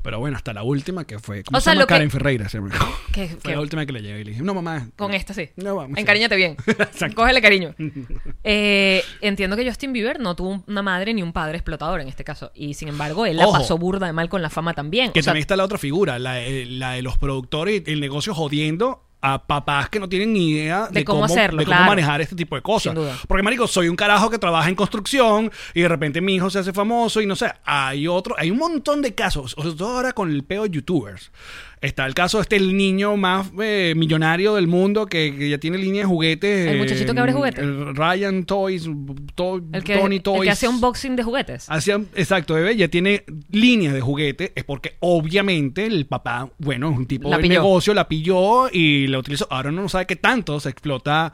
[SPEAKER 4] Pero bueno, hasta la última que fue. ¿Cómo
[SPEAKER 3] O
[SPEAKER 4] se
[SPEAKER 3] sea,
[SPEAKER 4] llama
[SPEAKER 3] lo que-
[SPEAKER 4] Karen Ferreira? se llama.
[SPEAKER 3] ¿Qué-
[SPEAKER 4] fue
[SPEAKER 3] qué?
[SPEAKER 4] la última que le llevé y le dije, no, mamá.
[SPEAKER 3] Con esta sí.
[SPEAKER 4] No, vamos.
[SPEAKER 3] Encariñate bien.
[SPEAKER 4] Exacto.
[SPEAKER 3] Cógele cariño. Eh, entiendo que Justin Bieber no tuvo una madre ni un padre explotador en este caso. Y sin embargo, él
[SPEAKER 4] Ojo.
[SPEAKER 3] la pasó burda de mal con la fama también.
[SPEAKER 4] Que
[SPEAKER 3] O sea,
[SPEAKER 4] también está la otra figura, la, de- la de los productores y el negocio jodiendo a papás que no tienen ni idea de,
[SPEAKER 3] De cómo hacerlo,
[SPEAKER 4] de cómo
[SPEAKER 3] claro.
[SPEAKER 4] manejar este tipo de cosas.
[SPEAKER 3] Sin duda.
[SPEAKER 4] Porque, marico, soy un carajo que trabaja en construcción y de repente mi hijo se hace famoso y no sé, hay otro, hay un montón de casos, sobre todo ahora con el peo de youtubers. Está el caso de este el niño más eh, millonario del mundo que, que ya tiene línea de juguetes. eh,
[SPEAKER 3] El muchachito que abre juguetes.
[SPEAKER 4] el Ryan Toys, To-
[SPEAKER 3] el que,
[SPEAKER 4] Tony
[SPEAKER 3] el
[SPEAKER 4] Toys.
[SPEAKER 3] que hace un boxing de juguetes.
[SPEAKER 4] Hacía- exacto, bebé, ya tiene líneas de juguete, es porque obviamente el papá, bueno, es un tipo
[SPEAKER 3] La
[SPEAKER 4] de
[SPEAKER 3] pilló.
[SPEAKER 4] negocio, la pilló y la utilizó. Ahora uno no sabe qué tanto se explota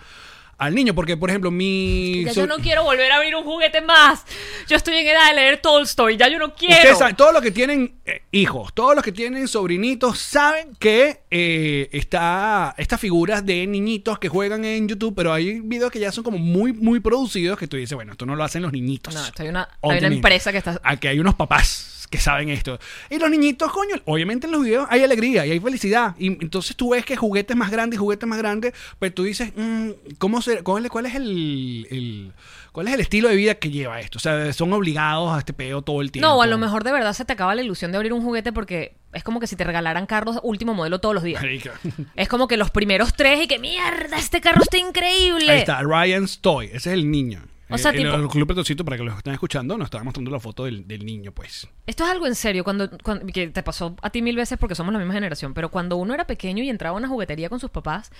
[SPEAKER 4] al niño, porque por ejemplo mi...
[SPEAKER 3] Ya
[SPEAKER 4] so-
[SPEAKER 3] yo no quiero volver a abrir un juguete más. Yo estoy en edad de leer Tolstoy. Ya yo no quiero.
[SPEAKER 4] Ustedes saben, todos los que tienen eh, hijos, todos los que tienen sobrinitos, saben que eh, está estas figuras de niñitos que juegan en YouTube, pero hay videos que ya son como muy, muy producidos que tú dices, bueno, esto no lo hacen los niñitos.
[SPEAKER 3] No, esto hay una- hay una
[SPEAKER 4] Obviamente.
[SPEAKER 3] empresa que está-
[SPEAKER 4] Aquí hay unos papás que saben esto. Y los niñitos, coño, obviamente en los videos hay alegría y hay felicidad. Y entonces tú ves que juguetes más grandes y juguetes más grandes, pero tú dices, mm, ¿cómo se, cuál, cuál es el, el- cuál es el estilo de vida que lleva esto? O sea, son obligados a este pedo todo el tiempo.
[SPEAKER 3] no, a lo mejor de verdad se te acaba la ilusión de abrir un juguete porque es como que si te regalaran carros último modelo todos los días.
[SPEAKER 4] Marica.
[SPEAKER 3] Es como que los primeros tres y que mierda, este carro está increíble.
[SPEAKER 4] Ahí está, Ryan's Toy. Ese es el niño.
[SPEAKER 3] O sea,
[SPEAKER 4] Eh, el,
[SPEAKER 3] tipo-
[SPEAKER 4] el Club Petrocito, para que los estén escuchando, nos estaba mostrando la foto del, del niño, pues.
[SPEAKER 3] Esto es algo en serio, cuando, cuando- que te pasó a ti mil veces porque somos la misma generación, pero cuando uno era pequeño y entraba a una juguetería con sus papás,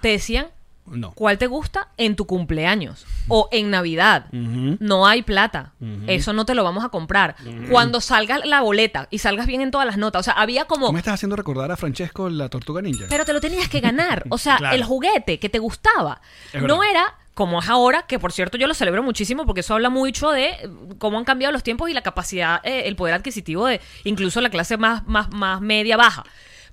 [SPEAKER 3] te decían
[SPEAKER 4] No.
[SPEAKER 3] cuál te gusta en tu cumpleaños o en Navidad. No hay plata. Eso no te lo vamos a comprar. Cuando salga la boleta y salgas bien en todas las notas, o sea, había como...
[SPEAKER 4] ¿Cómo estás haciendo recordar a Francesco la tortuga ninja?
[SPEAKER 3] Pero te lo tenías que ganar. O sea,
[SPEAKER 4] Claro.
[SPEAKER 3] el juguete que te gustaba
[SPEAKER 4] Es
[SPEAKER 3] no
[SPEAKER 4] verdad.
[SPEAKER 3] era como es ahora, que por cierto yo lo celebro muchísimo porque eso habla mucho de eh, cómo han cambiado los tiempos y la capacidad, eh, el poder adquisitivo de incluso la clase más, más, más media baja.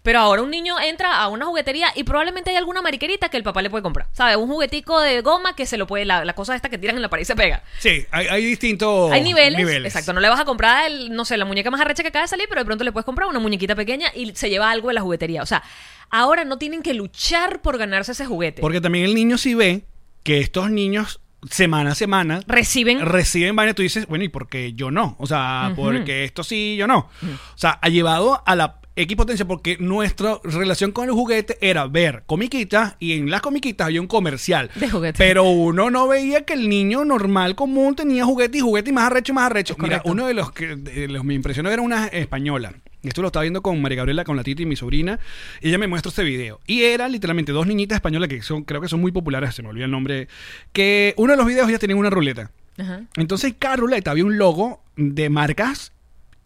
[SPEAKER 3] Pero ahora un niño entra a una juguetería y probablemente hay alguna mariquerita que el papá le puede comprar. ¿Sabes? Un juguetico de goma que se lo puede, la, la cosa esta que tiran en la pared y se pega.
[SPEAKER 4] sí, hay, hay distintos
[SPEAKER 3] Hay niveles, Exacto, no le vas a comprar, el, no sé, la muñeca más arrecha que acaba de salir, pero de pronto le puedes comprar una muñequita pequeña y se lleva algo de la juguetería. O sea, ahora no tienen que luchar por ganarse ese juguete.
[SPEAKER 4] Porque también el niño sí ve que estos niños semana a semana
[SPEAKER 3] Reciben.
[SPEAKER 4] reciben vaina tú dices, bueno, ¿y por qué yo no? O sea, porque esto sí, yo no. O sea, ha llevado a la equipotencia porque nuestra relación con el juguete era ver comiquitas y en las comiquitas había un comercial.
[SPEAKER 3] De juguetes.
[SPEAKER 4] Pero uno no veía que el niño normal, común, tenía juguete y juguete y más arrecho y más arrecho. Mira,
[SPEAKER 3] correcto.
[SPEAKER 4] uno de los que de los, me impresionó era una española. Esto lo estaba viendo con María Gabriela, con la Titi, mi sobrina. Y ella me muestra este video. Y era literalmente dos niñitas españolas que son, creo que son muy populares, se me olvida el nombre. Que uno de los videos ellas tenían una ruleta.
[SPEAKER 3] Ajá.
[SPEAKER 4] Entonces, en cada ruleta había un logo de marcas.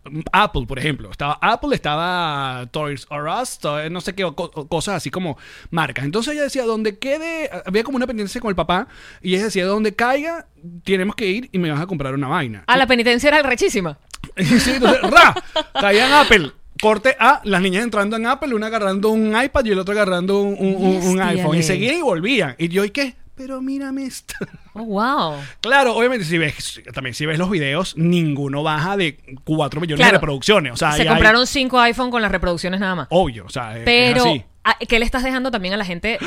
[SPEAKER 4] mm, Apple, por ejemplo. Estaba Apple, estaba Toys R Us, to- eh, no sé qué, o co- o cosas así como marcas. Entonces ella decía, donde quede, había como una pendencia con el papá, y ella decía, donde caiga, tenemos que ir y me vas a comprar una vaina.
[SPEAKER 3] A Ah, la penitencia era rechísima.
[SPEAKER 4] sí, entonces, ¡ra! Caía en Apple. Corte A, las niñas entrando en Apple, una agarrando un iPad y el otro agarrando un, un- un- un
[SPEAKER 3] Bestiales.
[SPEAKER 4] iPhone. Y seguían y volvían. Y yo, ¿y qué? Pero mírame esto.
[SPEAKER 3] Oh, wow.
[SPEAKER 4] Claro, obviamente si ves también si ves los videos, ninguno baja de 4 millones de
[SPEAKER 3] Claro.
[SPEAKER 4] reproducciones, o sea,
[SPEAKER 3] Se
[SPEAKER 4] ahí hay-
[SPEAKER 3] compraron cinco iPhone con las reproducciones nada más.
[SPEAKER 4] obvio, o sea, es-
[SPEAKER 3] Pero,
[SPEAKER 4] es así.
[SPEAKER 3] ¿a- ¿qué le estás dejando también a la gente?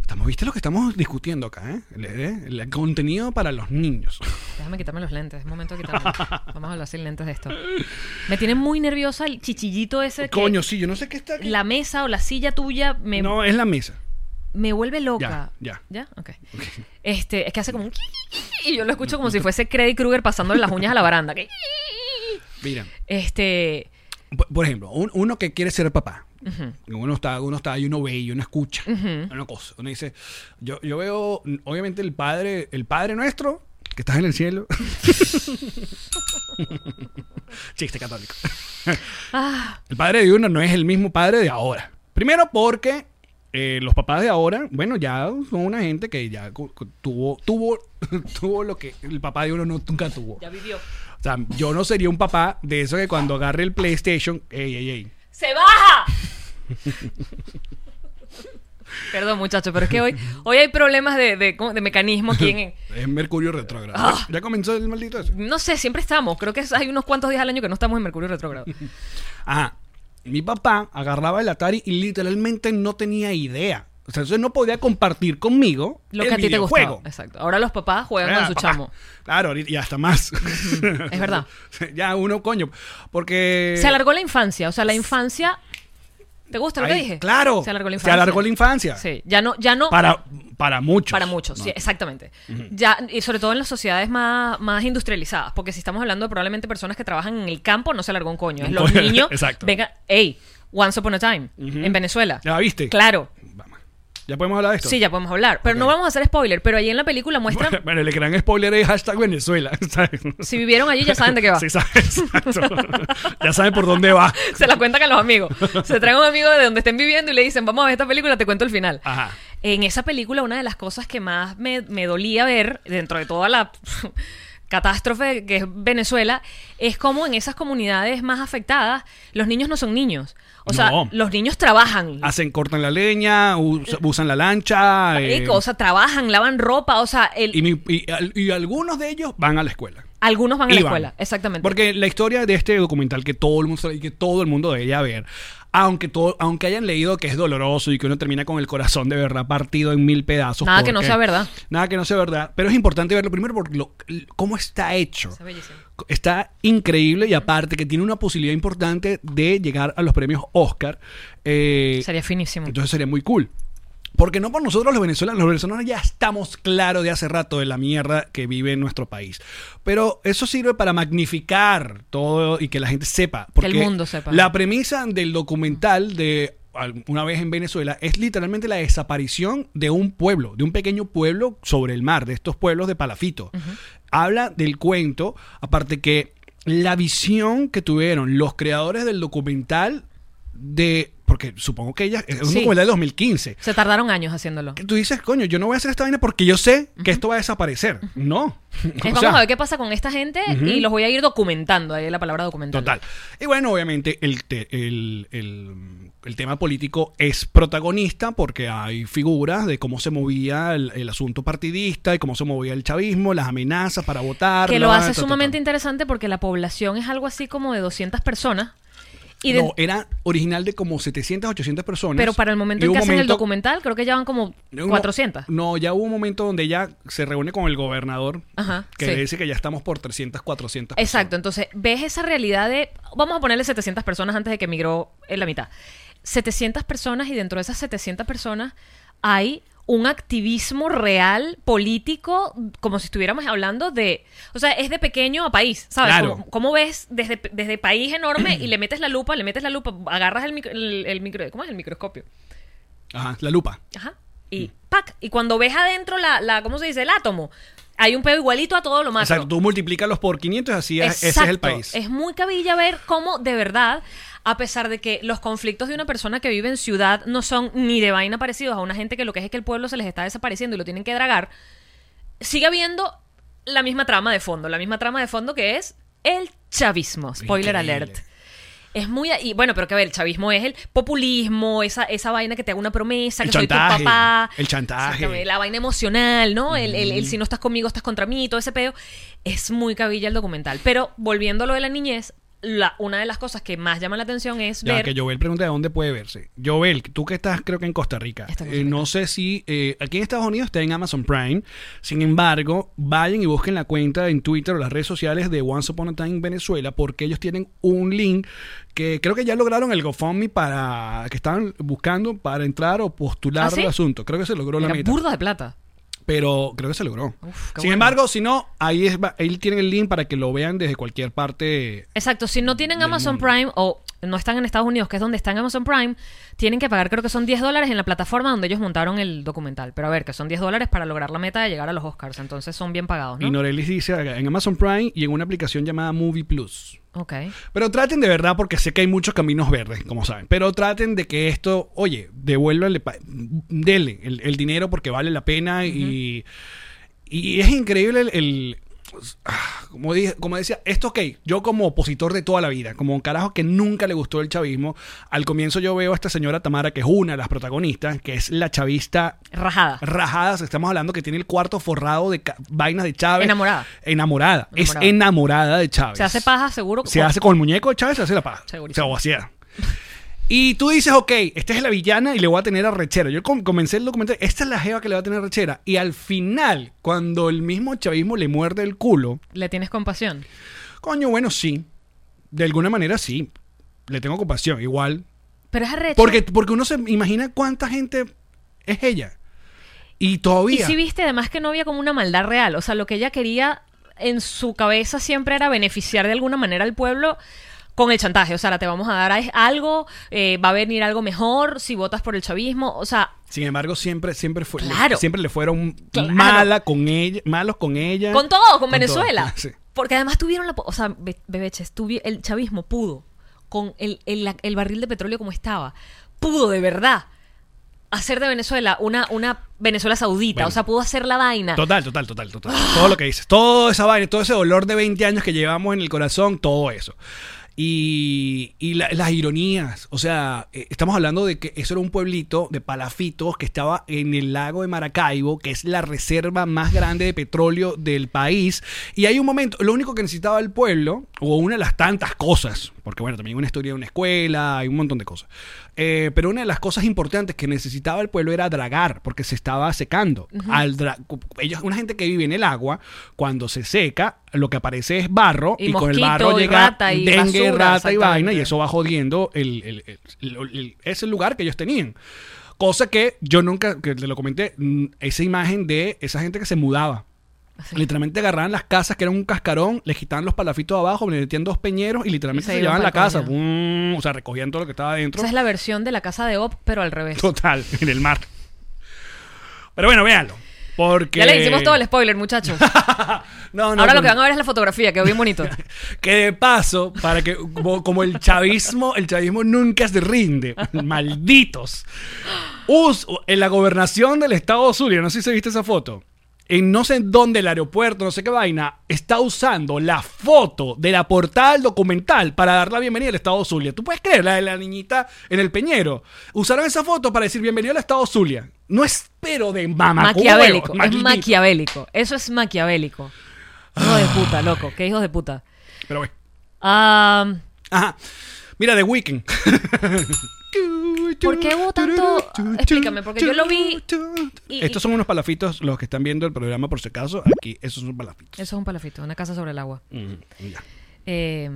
[SPEAKER 4] Estamos, ¿viste lo que estamos discutiendo acá, eh? El, el- el contenido para los niños.
[SPEAKER 3] Déjame quitarme los lentes, es momento de quitarme. Vamos a hablar sin lentes de esto. Me tiene muy nerviosa el chichillito ese. que
[SPEAKER 4] Coño, sí, yo no sé qué está aquí.
[SPEAKER 3] La mesa o la silla tuya me,
[SPEAKER 4] No, es la mesa.
[SPEAKER 3] me vuelve loca.
[SPEAKER 4] Ya,
[SPEAKER 3] ¿Ya? Ok. Este, es que hace como un... Y yo lo escucho como si fuese Freddy Krueger pasándole las uñas a la baranda.
[SPEAKER 4] Mira,
[SPEAKER 3] Este...
[SPEAKER 4] por, por ejemplo, un- uno que quiere ser papá. Uno está, uno está y uno ve y uno escucha. Una cosa. Uno dice, yo, yo veo, obviamente, el padre, el padre nuestro, que estás en el cielo. Chiste católico.
[SPEAKER 3] Ah,
[SPEAKER 4] El padre de uno no es el mismo padre de ahora. Primero porque eh, los papás de ahora, bueno, ya son una gente que ya cu- cu- tuvo, tuvo, tuvo lo que el papá de uno no- nunca tuvo.
[SPEAKER 3] ya vivió.
[SPEAKER 4] O sea, yo no sería un papá de eso que cuando agarre el PlayStation, ey, ey, ey.
[SPEAKER 3] ¡Se baja! Perdón, muchachos, pero es que hoy, hoy hay problemas de, de, de mecanismo aquí en...
[SPEAKER 4] Es Mercurio retrógrado.
[SPEAKER 3] Ah.
[SPEAKER 4] Ya comenzó el maldito eso.
[SPEAKER 3] No sé, siempre estamos. Creo que es- hay unos cuantos días al año que no estamos en Mercurio retrógrado.
[SPEAKER 4] Ajá. Mi papá agarraba el Atari y literalmente no tenía idea. O sea, entonces no podía compartir conmigo
[SPEAKER 3] Lo
[SPEAKER 4] el
[SPEAKER 3] que a ti te
[SPEAKER 4] videojuego.
[SPEAKER 3] gustaba. Exacto. Ahora los papás juegan con
[SPEAKER 4] Ah,
[SPEAKER 3] su
[SPEAKER 4] papá.
[SPEAKER 3] chamo.
[SPEAKER 4] Claro, ahorita- y hasta más.
[SPEAKER 3] es verdad.
[SPEAKER 4] ya uno, coño. Porque.
[SPEAKER 3] Se alargó la infancia. O sea, la infancia. ¿Te gusta lo que
[SPEAKER 4] Ay,
[SPEAKER 3] dije?
[SPEAKER 4] Claro.
[SPEAKER 3] Se alargó la infancia.
[SPEAKER 4] alargó la infancia.
[SPEAKER 3] Sí. Ya no, ya no.
[SPEAKER 4] Ah. Para, para muchos.
[SPEAKER 3] para muchos, sí, exactamente. Ya, y sobre todo en las sociedades más, más industrializadas, porque si estamos hablando de probablemente personas que trabajan en el campo, no se alargó un coño. Es
[SPEAKER 4] Un
[SPEAKER 3] los
[SPEAKER 4] coño,
[SPEAKER 3] niños.
[SPEAKER 4] exacto.
[SPEAKER 3] Venga, hey, once upon a time, en Venezuela.
[SPEAKER 4] ¿Ya viste?
[SPEAKER 3] Claro.
[SPEAKER 4] Vamos. ¿Ya podemos hablar de esto?
[SPEAKER 3] Sí, ya podemos hablar. Pero no vamos a hacer spoiler, pero ahí en la película muestran.
[SPEAKER 4] Bueno, el gran spoiler es hashtag Venezuela. ¿sabes?
[SPEAKER 3] Si vivieron allí, ya saben de qué va.
[SPEAKER 4] Sí, sabes, exacto. ya saben por dónde va.
[SPEAKER 3] Se la cuentan a los amigos. Se traen a un amigo de donde estén viviendo y le dicen, vamos a ver esta película, te cuento el final.
[SPEAKER 4] Ajá.
[SPEAKER 3] En esa película, una de las cosas que más me, me dolía ver, dentro de toda la catástrofe que es Venezuela, es como en esas comunidades más afectadas, los niños no son niños. O sea,
[SPEAKER 4] No. Ah,
[SPEAKER 3] los niños trabajan.
[SPEAKER 4] Hacen, cortan la leña, us- usan la lancha. eh,
[SPEAKER 3] marico, o sea, trabajan, lavan ropa, o sea, el-
[SPEAKER 4] y, mi- y al- y algunos de ellos van a la escuela.
[SPEAKER 3] algunos van a la
[SPEAKER 4] Iban.
[SPEAKER 3] escuela. Exactamente.
[SPEAKER 4] Porque la historia de este documental que todo el mundo y que todo el mundo debería ver, aunque todo, aunque hayan leído que es doloroso y que uno termina con el corazón de verdad partido en mil pedazos.
[SPEAKER 3] Nada que no
[SPEAKER 4] porque-
[SPEAKER 3] sea verdad.
[SPEAKER 4] Nada que no sea verdad. Pero es importante verlo primero porque lo- cómo está hecho.
[SPEAKER 3] Está bellísimo.
[SPEAKER 4] Está increíble y aparte que tiene una posibilidad importante de llegar a los premios Oscar. Eh,
[SPEAKER 3] Sería finísimo.
[SPEAKER 4] entonces sería muy cool. Porque no por nosotros los venezolanos, los venezolanos ya estamos claros de hace rato de la mierda que vive en nuestro país. Pero eso sirve para magnificar todo y que la gente sepa. Porque
[SPEAKER 3] mundo sepa.
[SPEAKER 4] La premisa del documental de al- una vez en Venezuela es literalmente la desaparición de un pueblo, de un pequeño pueblo sobre el mar, de estos pueblos de Palafito. Habla del cuento, aparte que la visión que tuvieron los creadores del documental de... Porque supongo que ella es un
[SPEAKER 3] Sí.
[SPEAKER 4] documental de 2015.
[SPEAKER 3] Se tardaron años haciéndolo.
[SPEAKER 4] Que tú dices, coño, yo no voy a hacer esta vaina porque yo sé que esto va a desaparecer. No.
[SPEAKER 3] Es,
[SPEAKER 4] O
[SPEAKER 3] vamos
[SPEAKER 4] sea,
[SPEAKER 3] a ver qué pasa con esta gente y los voy a ir documentando. Ahí la palabra documental.
[SPEAKER 4] Total. Y bueno, obviamente el, te- el, el- el tema político es protagonista porque hay figuras de cómo se movía el, el asunto partidista y cómo se movía el chavismo, las amenazas para votar.
[SPEAKER 3] Que
[SPEAKER 4] la
[SPEAKER 3] lo
[SPEAKER 4] vaina,
[SPEAKER 3] hace
[SPEAKER 4] ta, ta, ta.
[SPEAKER 3] sumamente interesante porque la población es algo así como de 200 personas Y de-
[SPEAKER 4] no, eh, era original de como 700, 800 personas.
[SPEAKER 3] pero para el momento
[SPEAKER 4] Y
[SPEAKER 3] en que
[SPEAKER 4] hubo un
[SPEAKER 3] hacen el
[SPEAKER 4] momento-
[SPEAKER 3] documental, creo que ya van como
[SPEAKER 4] no,
[SPEAKER 3] 400.
[SPEAKER 4] No, ya hubo un momento donde ella se reúne con el gobernador,
[SPEAKER 3] Ajá,
[SPEAKER 4] que
[SPEAKER 3] sí.
[SPEAKER 4] le dice que ya estamos por 300, 400 personas.
[SPEAKER 3] Exacto, entonces ves esa realidad de, vamos a ponerle 700 personas antes de que emigró en la mitad. 700 personas y dentro de esas 700 personas hay un activismo real político como si estuviéramos hablando de, o sea, es de pequeño a país, ¿sabes?
[SPEAKER 4] Claro.
[SPEAKER 3] Como- ¿Cómo ves desde, desde país enorme y le metes la lupa, le metes la lupa, agarras el, micro- el, el micro, ¿cómo es el microscopio?
[SPEAKER 4] Ajá, la lupa.
[SPEAKER 3] Ajá. Y
[SPEAKER 4] Mm.
[SPEAKER 3] ¡pac! Y cuando ves adentro la, la ¿cómo se dice? El átomo. Hay un pedo igualito a todo lo más.
[SPEAKER 4] Exacto, tú multiplícalos por 500 y así es- ese es el
[SPEAKER 3] Exacto.
[SPEAKER 4] país.
[SPEAKER 3] Es muy cabilla ver cómo de verdad, a pesar de que los conflictos de una persona que vive en ciudad no son ni de vaina parecidos a una gente que lo que es es que el pueblo se les está desapareciendo y lo tienen que dragar, sigue habiendo la misma trama de fondo, la misma trama de fondo que es el chavismo. Spoiler
[SPEAKER 4] Increíble.
[SPEAKER 3] alert. Es muy... Y bueno, pero que a ver, el chavismo es el populismo, esa, esa vaina que te hago una promesa,
[SPEAKER 4] El
[SPEAKER 3] que soy tu
[SPEAKER 4] chantaje,
[SPEAKER 3] papá.
[SPEAKER 4] el chantaje.
[SPEAKER 3] Exactamente, La vaina emocional, ¿no? El, el- el si no estás conmigo, estás contra mí, todo ese peo. Es muy cabilla el documental. Pero volviendo a lo de la niñez, la, una de las cosas que más llama la atención es
[SPEAKER 4] Ya
[SPEAKER 3] ver...
[SPEAKER 4] que Joel pregunta de dónde puede verse. Joel, tú que estás creo que en Costa Rica.
[SPEAKER 3] Está en
[SPEAKER 4] Eh,
[SPEAKER 3] Costa Rica.
[SPEAKER 4] no sé si eh, aquí en Estados Unidos está en Amazon Prime. Sin embargo, vayan y busquen la cuenta en Twitter o las redes sociales de Once Upon a Time Venezuela porque ellos tienen un link que creo que ya lograron el GoFundMe para que estaban buscando para entrar o postular
[SPEAKER 3] ¿Ah, sí?
[SPEAKER 4] el asunto. Creo que se logró la
[SPEAKER 3] Era
[SPEAKER 4] meta.
[SPEAKER 3] burda de plata.
[SPEAKER 4] Pero creo que se logró.
[SPEAKER 3] Uf, qué
[SPEAKER 4] Sin
[SPEAKER 3] bueno.
[SPEAKER 4] embargo, si no, ahí, es, va- ahí tienen el link para que lo vean desde cualquier parte.
[SPEAKER 3] Exacto, si no tienen Amazon Prime o no están en Estados Unidos, que es donde están Amazon Prime, tienen que pagar creo que son 10 dólares en la plataforma donde ellos montaron el documental. Pero a ver, que son 10 dólares para lograr la meta de llegar a los Oscars, entonces son bien pagados,
[SPEAKER 4] Y
[SPEAKER 3] ¿no?
[SPEAKER 4] Norelis dice acá, en Amazon Prime y en una aplicación llamada Movie Plus.
[SPEAKER 3] Ok.
[SPEAKER 4] Pero traten de verdad, porque sé que hay muchos caminos verdes, como saben. Pero traten de que esto, oye, devuélvanle, pa- dele el, el dinero porque vale la pena y, y es increíble el... el- ah, como, dije- como decía, esto ok, yo como opositor de toda la vida, como un carajo que nunca le gustó el chavismo, al comienzo yo veo a esta señora Tamara, que es una de las protagonistas, que es la chavista
[SPEAKER 3] Rajada.
[SPEAKER 4] rajadas. Estamos hablando que tiene el cuarto forrado de ca- vainas de Chávez.
[SPEAKER 3] Enamorada.
[SPEAKER 4] Enamorada. Es
[SPEAKER 3] Enamorada.
[SPEAKER 4] enamorada de Chávez.
[SPEAKER 3] Se hace paja, seguro.
[SPEAKER 4] Se hace con el muñeco de Chávez, se hace la paja.
[SPEAKER 3] Segurísimo.
[SPEAKER 4] O sea, o hacía. Y tú dices, ok, esta es la villana y le voy a tener a Rechera. Yo com- comencé el documental, esta es la jeva que le va a tener a Rechera. Y al final, cuando el mismo chavismo le muerde el culo,
[SPEAKER 3] Le tienes compasión.
[SPEAKER 4] coño, bueno, sí. De alguna manera, sí. Le tengo compasión, igual.
[SPEAKER 3] Pero es arrecho.
[SPEAKER 4] Porque, porque uno se imagina cuánta gente es ella. Y
[SPEAKER 3] Y
[SPEAKER 4] todavía.
[SPEAKER 3] si viste, además que no había como una maldad real. O sea, lo que ella quería en su cabeza siempre era beneficiar de alguna manera al pueblo con el chantaje. O sea, la te vamos a dar a- algo, eh, va a venir algo mejor si votas por el chavismo. O sea,
[SPEAKER 4] Sin embargo, siempre, siempre fue,
[SPEAKER 3] Claro.
[SPEAKER 4] le- siempre le fueron
[SPEAKER 3] Claro.
[SPEAKER 4] mala con ella, malos Eh, con ella.
[SPEAKER 3] con todo, con,
[SPEAKER 4] todo.
[SPEAKER 3] Venezuela.
[SPEAKER 4] Sí.
[SPEAKER 3] Porque además tuvieron la... po- O sea, be- bebeches, tuvi- el chavismo pudo, con el, el- la- el barril de petróleo como estaba, pudo de verdad hacer de Venezuela una, una Venezuela saudita.
[SPEAKER 4] Bueno.
[SPEAKER 3] O sea, pudo hacer la vaina.
[SPEAKER 4] Total, total, total, total. todo lo que dices, todo esa vaina, todo ese dolor de 20 años que llevamos en el corazón, todo eso. Y, y la- las ironías, o sea, eh, estamos hablando de que eso era un pueblito de palafitos que estaba en el lago de Maracaibo, que es la reserva más grande de petróleo del país. Y hay un momento, lo único que necesitaba el pueblo, o una de las tantas cosas, porque bueno, también hay una historia de una escuela, hay un montón de cosas. Eh, pero una de las cosas importantes que necesitaba el pueblo era dragar, porque se estaba secando. Al dra- cu- ellos, una gente que vive en el agua, cuando se seca, lo que aparece es barro y,
[SPEAKER 3] Y
[SPEAKER 4] con el
[SPEAKER 3] mosquito,
[SPEAKER 4] barro
[SPEAKER 3] y
[SPEAKER 4] llega
[SPEAKER 3] rata, y
[SPEAKER 4] dengue,
[SPEAKER 3] basura,
[SPEAKER 4] rata y vaina, y
[SPEAKER 3] exactamente.
[SPEAKER 4] eso va jodiendo el, el- el- el- el- ese lugar que ellos tenían. Cosa que yo nunca, que te lo comenté, mm, esa imagen de esa gente que se mudaba.
[SPEAKER 3] Así.
[SPEAKER 4] Literalmente agarraban las casas que eran un cascarón, les quitaban los palafitos abajo, le metían dos peñeros y
[SPEAKER 3] Y
[SPEAKER 4] literalmente
[SPEAKER 3] se
[SPEAKER 4] se,
[SPEAKER 3] iban
[SPEAKER 4] llevaban la
[SPEAKER 3] pa'l
[SPEAKER 4] casa.
[SPEAKER 3] coño.
[SPEAKER 4] ¡Bum! o sea, recogían todo lo que estaba adentro.
[SPEAKER 3] Esa es la versión de la casa de Op, pero al revés.
[SPEAKER 4] Total, en el mar. Pero bueno, véanlo. Porque.
[SPEAKER 3] Ya le hicimos todo el spoiler, muchachos.
[SPEAKER 4] No, no,
[SPEAKER 3] Ahora lo
[SPEAKER 4] no.
[SPEAKER 3] que van a ver es la fotografía, quedó bien bonito.
[SPEAKER 4] Que de paso, para que como, como el chavismo, el chavismo nunca se rinde, malditos. Us- en la gobernación del estado Zulia, no sé si se viste esa foto. En no sé dónde el aeropuerto, no sé qué vaina, está usando la foto de la portada del documental para dar la bienvenida al estado Zulia. ¿Tú puedes creer la de la niñita en el Peñero? Usaron esa foto para decir bienvenido al estado Zulia. No es pero de mamá.
[SPEAKER 3] maquiavélico, es maquiavélico. Eso es maquiavélico. Hijo de puta, loco, qué hijos de puta.
[SPEAKER 4] Pero bueno.
[SPEAKER 3] Ah,
[SPEAKER 4] Ajá. Mira, The Weeknd.
[SPEAKER 3] ¿Por qué hubo tanto- Explícame, porque yo lo vi y-
[SPEAKER 4] Estos son unos palafitos, los que están viendo el programa, por si acaso. Aquí, esos son palafitos.
[SPEAKER 3] Eso es un palafito, una casa sobre el agua.
[SPEAKER 4] Mm, ya.
[SPEAKER 3] Eh,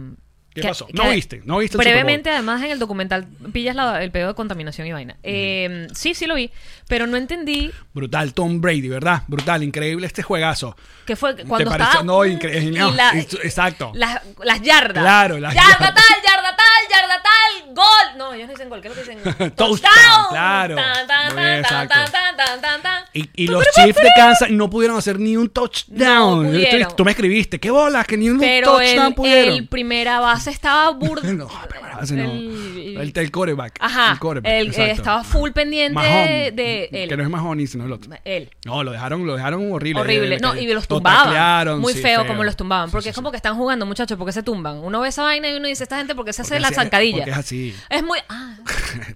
[SPEAKER 4] ¿Qué pasó? No viste, no viste el Super Bowl.
[SPEAKER 3] Brevemente, además, en el documental pillas la- el pedo de contaminación y vaina. Eh, Sí, sí lo vi, pero no entendí
[SPEAKER 4] Brutal, Tom Brady, ¿verdad? Brutal, increíble este juegazo.
[SPEAKER 3] que fue cuando
[SPEAKER 4] pareció?
[SPEAKER 3] estaba...
[SPEAKER 4] No, increíble,
[SPEAKER 3] y
[SPEAKER 4] no,
[SPEAKER 3] la-
[SPEAKER 4] es- exacto.
[SPEAKER 3] Las, las yardas.
[SPEAKER 4] Claro,
[SPEAKER 3] las
[SPEAKER 4] las
[SPEAKER 3] yarda
[SPEAKER 4] yardas.
[SPEAKER 3] tal, yarda tal, yarda tal, gol. No, ellos no dicen gol, ¿qué es lo que dicen?
[SPEAKER 4] Touchdown, claro.
[SPEAKER 3] Tan, tan, tan,
[SPEAKER 4] Muy bien,
[SPEAKER 3] tan,
[SPEAKER 4] exacto.
[SPEAKER 3] tan, tan, tan, tan.
[SPEAKER 4] Y, y los Chiefs de Kansas no pudieron hacer ni un touchdown.
[SPEAKER 3] No pudieron.
[SPEAKER 4] Tú, tú me escribiste, qué bolas, que ni un
[SPEAKER 3] Pero el,
[SPEAKER 4] touchdown pudieron.
[SPEAKER 3] el primera base estaba burdo.
[SPEAKER 4] no, primera base no.
[SPEAKER 3] el-
[SPEAKER 4] El, el, coreback.
[SPEAKER 3] Ajá.
[SPEAKER 4] El coreback.
[SPEAKER 3] el- eh,
[SPEAKER 4] exacto.
[SPEAKER 3] estaba full pendiente
[SPEAKER 4] Mahomes,
[SPEAKER 3] de
[SPEAKER 4] Que
[SPEAKER 3] él.
[SPEAKER 4] no es Mahoney, sino el otro.
[SPEAKER 3] él.
[SPEAKER 4] No, lo dejaron, lo dejaron horrible.
[SPEAKER 3] Horrible.
[SPEAKER 4] Le-
[SPEAKER 3] No,
[SPEAKER 4] le-
[SPEAKER 3] y los
[SPEAKER 4] lo
[SPEAKER 3] tumbaban.
[SPEAKER 4] taclearon,
[SPEAKER 3] Muy
[SPEAKER 4] sí,
[SPEAKER 3] feo, como los tumbaban. Porque es como que están jugando, muchachos, porque se tumban. Uno ve esa vaina y uno dice, esta gente, porque se hace
[SPEAKER 4] Porque
[SPEAKER 3] la
[SPEAKER 4] así-
[SPEAKER 3] zancadilla?
[SPEAKER 4] porque es así.
[SPEAKER 3] Es muy. Ah,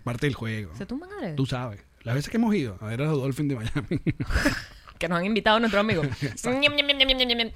[SPEAKER 4] Parte del juego.
[SPEAKER 3] se tumban adrede?
[SPEAKER 4] Tú sabes. Las veces que hemos ido a ver a los Dolphins de Miami.
[SPEAKER 3] Que nos han invitado nuestros amigos. Ñam, ñam, ñam, ñam, ñam, ñam, ñam.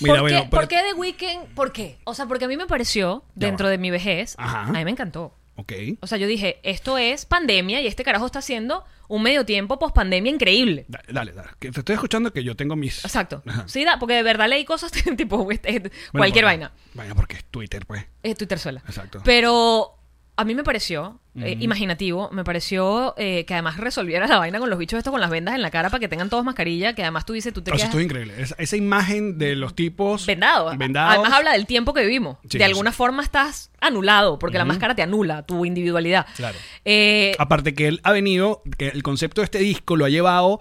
[SPEAKER 4] Mira,
[SPEAKER 3] ¿Por,
[SPEAKER 4] bueno,
[SPEAKER 3] qué,
[SPEAKER 4] pero-
[SPEAKER 3] ¿Por qué The Weeknd? ¿Por qué? O sea, porque a mí me pareció,
[SPEAKER 4] Ya
[SPEAKER 3] dentro
[SPEAKER 4] va.
[SPEAKER 3] de mi vejez,
[SPEAKER 4] Ajá.
[SPEAKER 3] a mí me encantó.
[SPEAKER 4] Ok.
[SPEAKER 3] O sea, yo dije, esto es pandemia y este carajo está haciendo un medio tiempo post pandemia increíble.
[SPEAKER 4] Dale, dale, dale. Que Te estoy escuchando que yo tengo mis.
[SPEAKER 3] Exacto.
[SPEAKER 4] Ajá.
[SPEAKER 3] Sí, da- porque de verdad leí cosas tipo este, este,
[SPEAKER 4] Bueno,
[SPEAKER 3] cualquier
[SPEAKER 4] porque-
[SPEAKER 3] vaina.
[SPEAKER 4] Vaina, porque es Twitter, pues.
[SPEAKER 3] Es Twitter sola.
[SPEAKER 4] Exacto.
[SPEAKER 3] Pero a mí me pareció eh, imaginativo, me pareció eh, que además resolviera la vaina con los bichos estos con las vendas en la cara para que tengan todos mascarilla, que además tú dices, tú te
[SPEAKER 4] Eso
[SPEAKER 3] quedas
[SPEAKER 4] estuvo increíble. Esa, esa imagen de los tipos.
[SPEAKER 3] vendado.
[SPEAKER 4] Vendados.
[SPEAKER 3] Además habla del tiempo que vivimos.
[SPEAKER 4] Sí,
[SPEAKER 3] de alguna forma estás anulado, porque la máscara te anula tu individualidad.
[SPEAKER 4] Claro. Ah.
[SPEAKER 3] Eh,
[SPEAKER 4] Aparte que él ha venido, que el concepto de este disco lo ha llevado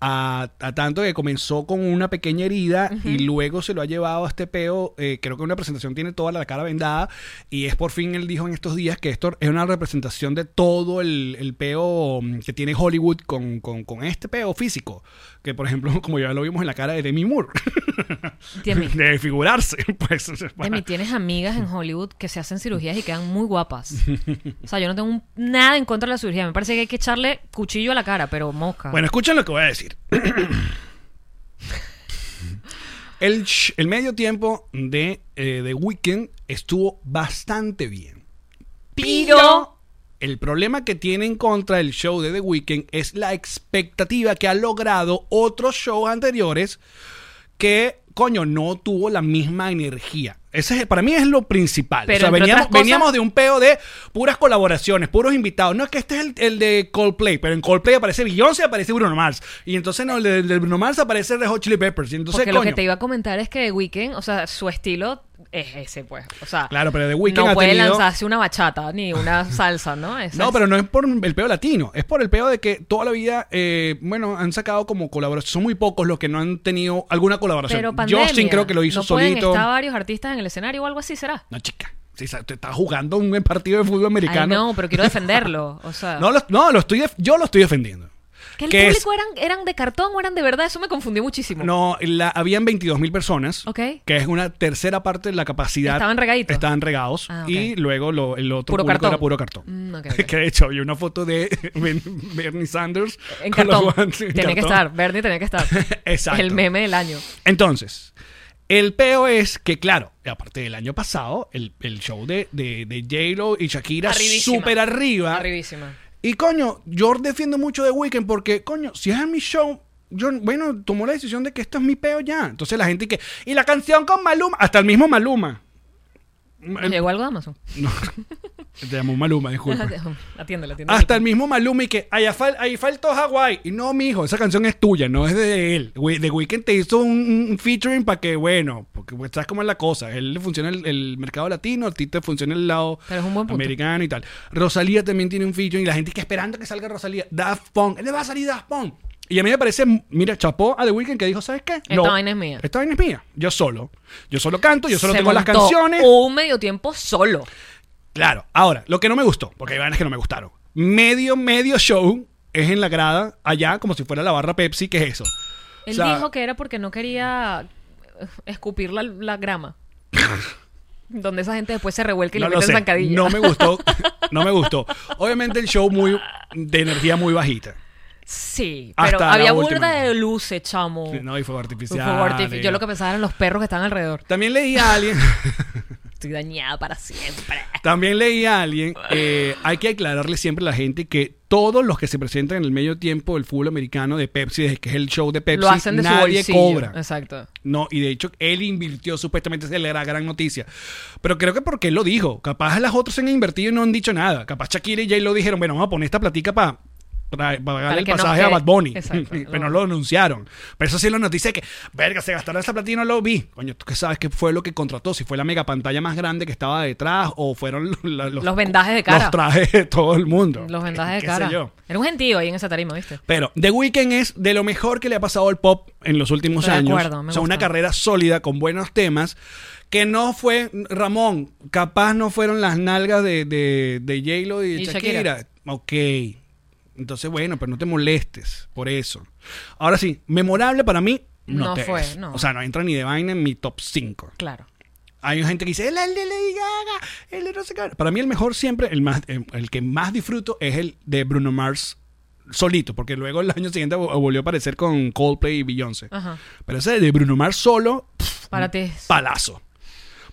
[SPEAKER 4] a, a tanto que comenzó con una pequeña herida y luego se lo ha llevado a este peo. eh, creo que una presentación tiene toda la cara vendada y es por fin él dijo en estos días que esto es una representación de todo el, el peo mm, que tiene Hollywood con, con- con este peo físico. Que por ejemplo, como ya lo vimos en la cara de Demi Moore,
[SPEAKER 3] Demi.
[SPEAKER 4] de figurarse. Pues,
[SPEAKER 3] Demi, tienes amigas en Hollywood que se hacen cirugías y quedan muy guapas. O sea, yo no tengo un- nada en contra de la cirugía. Me parece que hay que echarle cuchillo a la cara, pero mosca.
[SPEAKER 4] Bueno, escuchen lo que voy a decir. El, sh- el medio tiempo de eh, The Weeknd estuvo bastante bien.
[SPEAKER 3] Pero-
[SPEAKER 4] el problema que tiene en contra el show de The Weeknd es la expectativa que ha logrado otros shows anteriores que, coño, no tuvo la misma energía. Ese es- para mí es lo principal.
[SPEAKER 3] Pero
[SPEAKER 4] o sea,
[SPEAKER 3] entre
[SPEAKER 4] veníamos,
[SPEAKER 3] otras cosas-
[SPEAKER 4] veníamos de un peo de puras colaboraciones, puros invitados. No es que este es el, el de Coldplay, pero en Coldplay aparece Beyoncé, aparece Bruno Mars. Y entonces no, el de, el de Bruno Mars aparece Red Hot Chili Peppers. Y entonces,
[SPEAKER 3] Porque lo
[SPEAKER 4] coño,
[SPEAKER 3] que te iba a comentar es que The Weeknd, o sea, su estilo es ese, pues. O sea,
[SPEAKER 4] Claro, pero The Weeknd
[SPEAKER 3] no
[SPEAKER 4] ha
[SPEAKER 3] puede
[SPEAKER 4] tenido-
[SPEAKER 3] lanzarse una bachata ni una salsa, ¿no? Eso
[SPEAKER 4] No,
[SPEAKER 3] es-
[SPEAKER 4] pero no es por el peo latino, es por el peo de que toda la vida, eh, bueno, han sacado como colaboración. Son muy pocos los que no han tenido alguna colaboración.
[SPEAKER 3] Pero pandemia,
[SPEAKER 4] Justin creo que lo hizo
[SPEAKER 3] ¿no pueden
[SPEAKER 4] solito.
[SPEAKER 3] estar varios artistas en el escenario o algo así, ¿será?
[SPEAKER 4] No, chica, sí, sa- te está jugando un buen partido de fútbol americano.
[SPEAKER 3] no, pero quiero defenderlo. O sea,
[SPEAKER 4] No, lo- no, lo estoy def- yo lo estoy defendiendo.
[SPEAKER 3] que el
[SPEAKER 4] que es-
[SPEAKER 3] público eran, eran de cartón o eran de verdad, eso me confundió muchísimo.
[SPEAKER 4] No, la, habían 22 mil personas,
[SPEAKER 3] Ok.
[SPEAKER 4] que es una tercera parte de la capacidad.
[SPEAKER 3] Estaban regaditos.
[SPEAKER 4] Estaban regados.
[SPEAKER 3] Ah, ok.
[SPEAKER 4] Y luego lo- el otro
[SPEAKER 3] Puro
[SPEAKER 4] público
[SPEAKER 3] cartón.
[SPEAKER 4] era puro cartón.
[SPEAKER 3] Mm, ok, ok.
[SPEAKER 4] Que de hecho había una foto de Ben- Bernie Sanders
[SPEAKER 3] En
[SPEAKER 4] con los
[SPEAKER 3] cartón.
[SPEAKER 4] guantes en
[SPEAKER 3] Tenía que
[SPEAKER 4] cartón.
[SPEAKER 3] estar, Bernie tenía que estar.
[SPEAKER 4] Exacto.
[SPEAKER 3] El meme del año.
[SPEAKER 4] Entonces, el peo es que, claro, aparte del año pasado, el, el show de, de, de J-Lo y Shakira
[SPEAKER 3] Arribísima.
[SPEAKER 4] súper arriba.
[SPEAKER 3] Arribísima.
[SPEAKER 4] Y coño, yo defiendo mucho de Weekend porque, coño, si es mi show, yo, bueno, tomó la decisión de que esto es mi peo ya. Entonces la gente que. Y la canción con Maluma, hasta el mismo Maluma. El-
[SPEAKER 3] Llegó algo de Amazon.
[SPEAKER 4] no, te llamó Maluma, disculpa.
[SPEAKER 3] atiéndelo, atiéndelo.
[SPEAKER 4] Hasta el mismo Maluma y que ahí, fal- ahí faltó Hawái. Y no, mijo, esa canción es tuya, no es de él. We- The Weeknd te hizo un, un featuring para que, bueno, porque pues, sabes cómo es la cosa. A él le funciona el, el mercado latino, a ti te funciona el lado
[SPEAKER 3] Pero es un buen punto.
[SPEAKER 4] americano y tal. Rosalía también tiene un featuring y la gente que esperando que salga Rosalía. Daft Punk, le va a salir Daft Punk. Y a mí me parece, mira, chapó a The Weeknd que dijo, ¿sabes qué?
[SPEAKER 3] Esta vaina es mía.
[SPEAKER 4] Esta vaina es mía. Yo solo. Yo solo canto, yo solo
[SPEAKER 3] Se
[SPEAKER 4] tengo las
[SPEAKER 3] montó
[SPEAKER 4] canciones.
[SPEAKER 3] Un medio tiempo solo.
[SPEAKER 4] Claro, ahora, lo que no me gustó, porque hay vainas que no me gustaron. Medio, medio show es en la grada, allá, como si fuera la barra Pepsi, que es eso.
[SPEAKER 3] Él
[SPEAKER 4] O sea,
[SPEAKER 3] dijo que era porque no quería eh, escupir la, la grama. donde esa gente después se revuelca y
[SPEAKER 4] no
[SPEAKER 3] le
[SPEAKER 4] lo
[SPEAKER 3] meten
[SPEAKER 4] sé,
[SPEAKER 3] zancadilla.
[SPEAKER 4] No me gustó, no me gustó. Obviamente el show muy de energía muy bajita.
[SPEAKER 3] Sí,
[SPEAKER 4] Hasta
[SPEAKER 3] pero
[SPEAKER 4] la
[SPEAKER 3] había
[SPEAKER 4] última.
[SPEAKER 3] burda de luces, chamo.
[SPEAKER 4] No, y fue
[SPEAKER 3] Fue
[SPEAKER 4] artificial.
[SPEAKER 3] artifici- Yo lo que pensaba eran los perros que estaban alrededor.
[SPEAKER 4] También leí a alguien
[SPEAKER 3] estoy dañada para siempre.
[SPEAKER 4] También leí a alguien, eh, hay que aclararle siempre a la gente que todos los que se presentan en el medio tiempo del fútbol americano de Pepsi, desde que es el show de Pepsi,
[SPEAKER 3] Lo hacen de
[SPEAKER 4] nadie
[SPEAKER 3] su bolsillo.
[SPEAKER 4] cobra.
[SPEAKER 3] Exacto.
[SPEAKER 4] No, y de hecho, él invirtió, supuestamente esa era la gran noticia. Pero creo que porque él lo dijo. Capaz las otras se han invertido y no han dicho nada. Capaz Shakira y Jay lo dijeron, bueno, vamos a poner esta platica pa- para pagarle el
[SPEAKER 3] que nos
[SPEAKER 4] pasaje a
[SPEAKER 3] quede-
[SPEAKER 4] Bad Bunny.
[SPEAKER 3] Exacto.
[SPEAKER 4] Pero no lo anunciaron. Pero eso sí lo noticia que, verga, se gastaron esa platica y no lo vi. Coño, tú que sabes qué fue lo que contrató, si fue la mega pantalla más grande que estaba detrás o fueron la- los,
[SPEAKER 3] Los vendajes de cara.
[SPEAKER 4] Los trajes de todo el mundo.
[SPEAKER 3] Los vendajes de
[SPEAKER 4] Qué sé
[SPEAKER 3] cara.
[SPEAKER 4] yo.
[SPEAKER 3] Era un gentío ahí en esa tarima, ¿viste?
[SPEAKER 4] Pero The Weeknd es de lo mejor que le ha pasado al pop en los últimos
[SPEAKER 3] Estoy de
[SPEAKER 4] años.
[SPEAKER 3] acuerdo, me
[SPEAKER 4] o sea, una
[SPEAKER 3] gusta.
[SPEAKER 4] carrera sólida con buenos temas. Que no fue, Ramón, capaz no fueron las nalgas de, de, de J-Lo y de
[SPEAKER 3] Y
[SPEAKER 4] Shakira.
[SPEAKER 3] Shakira.
[SPEAKER 4] Ok. Entonces, bueno, pero no te molestes por eso. Ahora sí, memorable para mí no,
[SPEAKER 3] No
[SPEAKER 4] te
[SPEAKER 3] fue,
[SPEAKER 4] es.
[SPEAKER 3] no.
[SPEAKER 4] O sea, no entra ni de vaina en mi top 5.
[SPEAKER 3] Claro.
[SPEAKER 4] Hay gente que dice, el, el de Lady Gaga, el de no sé qué". Para mí el mejor siempre, el, más, el, el que más disfruto es el de Bruno Mars solito, porque luego el año siguiente vo- volvió a aparecer con Coldplay y Beyoncé.
[SPEAKER 3] Ajá.
[SPEAKER 4] Pero ese de Bruno Mars solo, pff,
[SPEAKER 3] Para ti es-
[SPEAKER 4] palazo.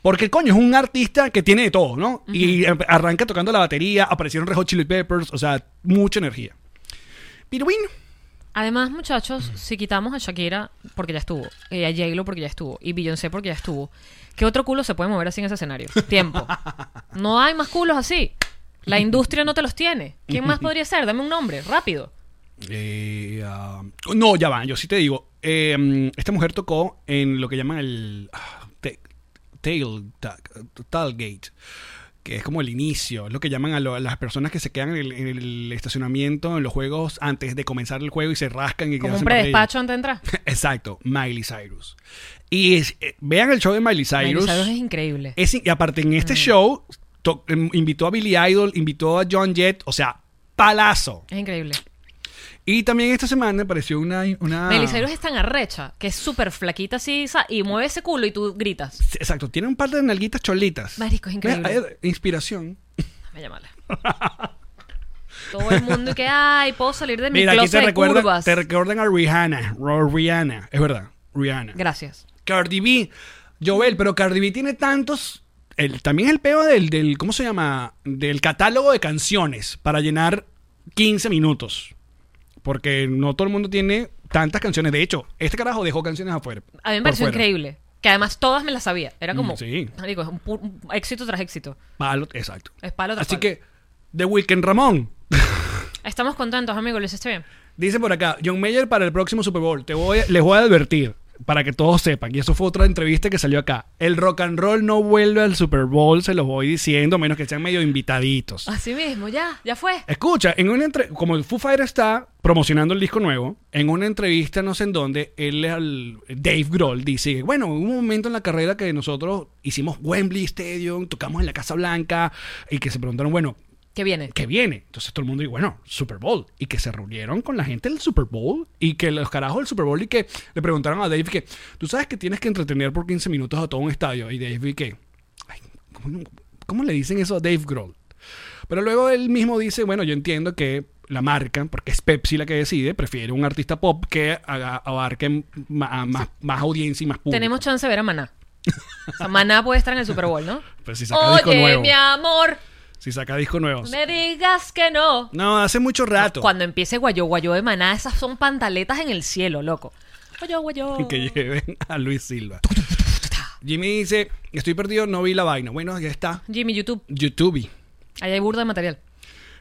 [SPEAKER 4] Porque coño, es un artista que tiene de todo, ¿no? Y em- arranca tocando la batería, aparecieron Red Hot Chili Peppers, o sea, mucha energía. Pero bueno,
[SPEAKER 3] Además,
[SPEAKER 4] Mm.
[SPEAKER 3] muchachos, si quitamos a Shakira porque ya estuvo, y a J-Lo porque ya estuvo, y Beyoncé porque ya estuvo, ¿qué otro culo se puede mover así en ese escenario? Tiempo. No hay más culos así. La industria no te los tiene. ¿Quién más podría ser? Dame un nombre, rápido.
[SPEAKER 4] Eh, ah, no, ya va, yo sí te digo. Eh, mm, esta mujer tocó en lo que llaman el ah, te- tail, ta- tailgate, que es como el inicio, es lo que llaman a, lo- a las personas que se quedan en el, en el estacionamiento, en los juegos, antes de comenzar el juego y se rascan y
[SPEAKER 3] Como un
[SPEAKER 4] hacen papel.
[SPEAKER 3] predespacho antes de entrar.
[SPEAKER 4] Exacto, Miley Cyrus. Y es- eh, vean el show de
[SPEAKER 3] Miley
[SPEAKER 4] Miley Cyrus. Eh.
[SPEAKER 3] Cyrus Mm. es increíble.
[SPEAKER 4] Es in- y aparte, en este show to- em, invitó a Billy Idol, invitó a John Jett, o sea, palazo.
[SPEAKER 3] Es increíble.
[SPEAKER 4] Y también esta semana me apareció una. una...
[SPEAKER 3] Miley Cyrus es tan arrecha que es súper flaquita así sa- y mueve ese culo y tú gritas.
[SPEAKER 4] Sí, Exacto, tiene un par de nalguitas cholitas.
[SPEAKER 3] Marico, es increíble.
[SPEAKER 4] Ve, hay inspiración.
[SPEAKER 3] Dame llamarla. Todo el mundo y que, ay, puedo salir de mi
[SPEAKER 4] Mira, aquí
[SPEAKER 3] closet
[SPEAKER 4] te
[SPEAKER 3] de
[SPEAKER 4] recuerdan,
[SPEAKER 3] curvas.
[SPEAKER 4] te recuerdan a Rihanna. Ro- Rihanna, es verdad, Rihanna.
[SPEAKER 3] Gracias.
[SPEAKER 4] Cardi B, Joel, pero Cardi B tiene tantos. El, también el peo del, del, ¿cómo se llama? Del catálogo de canciones para llenar 15 minutos. Porque no todo el mundo tiene tantas canciones. De hecho, este carajo dejó canciones afuera.
[SPEAKER 3] A mí me
[SPEAKER 4] por
[SPEAKER 3] pareció
[SPEAKER 4] fuera.
[SPEAKER 3] increíble. Que además todas me las sabía. Era como.
[SPEAKER 4] Mm, sí.
[SPEAKER 3] marico, es un pu- un éxito tras éxito.
[SPEAKER 4] Palo, exacto.
[SPEAKER 3] Es palo tras
[SPEAKER 4] Así
[SPEAKER 3] palo.
[SPEAKER 4] que, The Weeknd Ramón.
[SPEAKER 3] Estamos contentos, amigos. Les está bien.
[SPEAKER 4] Dice por acá, John Mayer para el próximo Super Bowl. Te voy, les voy a advertir para que todos sepan. Y eso fue otra entrevista que salió acá. El rock and roll no vuelve al Super Bowl, se los voy diciendo, a menos que sean medio invitaditos.
[SPEAKER 3] Así mismo, ya, ya fue.
[SPEAKER 4] Escucha, en una entre- como el Foo Fighters está promocionando el disco nuevo, en una entrevista no sé en dónde, él al- Dave Grohl dice, bueno, hubo un momento en la carrera que nosotros hicimos Wembley Stadium, tocamos en la Casa Blanca y que se preguntaron, bueno,
[SPEAKER 3] Que viene.
[SPEAKER 4] que viene. Entonces todo el mundo dice, bueno, Super Bowl. Y que se reunieron con la gente del Super Bowl y que los carajos del Super Bowl y que le preguntaron a Dave que, tú sabes que tienes que entretener por 15 minutos a todo un estadio. Y Dave y que, "Ay, ¿cómo, cómo le dicen eso a Dave Grohl? Pero luego él mismo dice, bueno, yo entiendo que la marca, porque es Pepsi la que decide, prefiere un artista pop que haga- abarque ma- a más, más audiencia y más público.
[SPEAKER 3] Tenemos chance de ver a Maná. O sea, Maná puede estar en el Super Bowl, ¿no?
[SPEAKER 4] Pues si saca disco
[SPEAKER 3] Oye,
[SPEAKER 4] nuevo.
[SPEAKER 3] mi amor,
[SPEAKER 4] Si saca disco nuevo.
[SPEAKER 3] no me digas que no.
[SPEAKER 4] No, hace mucho rato.
[SPEAKER 3] Cuando empiece Guayó, Guayó de Maná, esas son pantaletas en el cielo, loco. Guayó, Guayó.
[SPEAKER 4] que lleven a Luis Silva. Jimmy dice, estoy perdido, no vi la vaina. Bueno, ya está.
[SPEAKER 3] Jimmy, YouTube.
[SPEAKER 4] YouTube.
[SPEAKER 3] Ahí hay burda de material.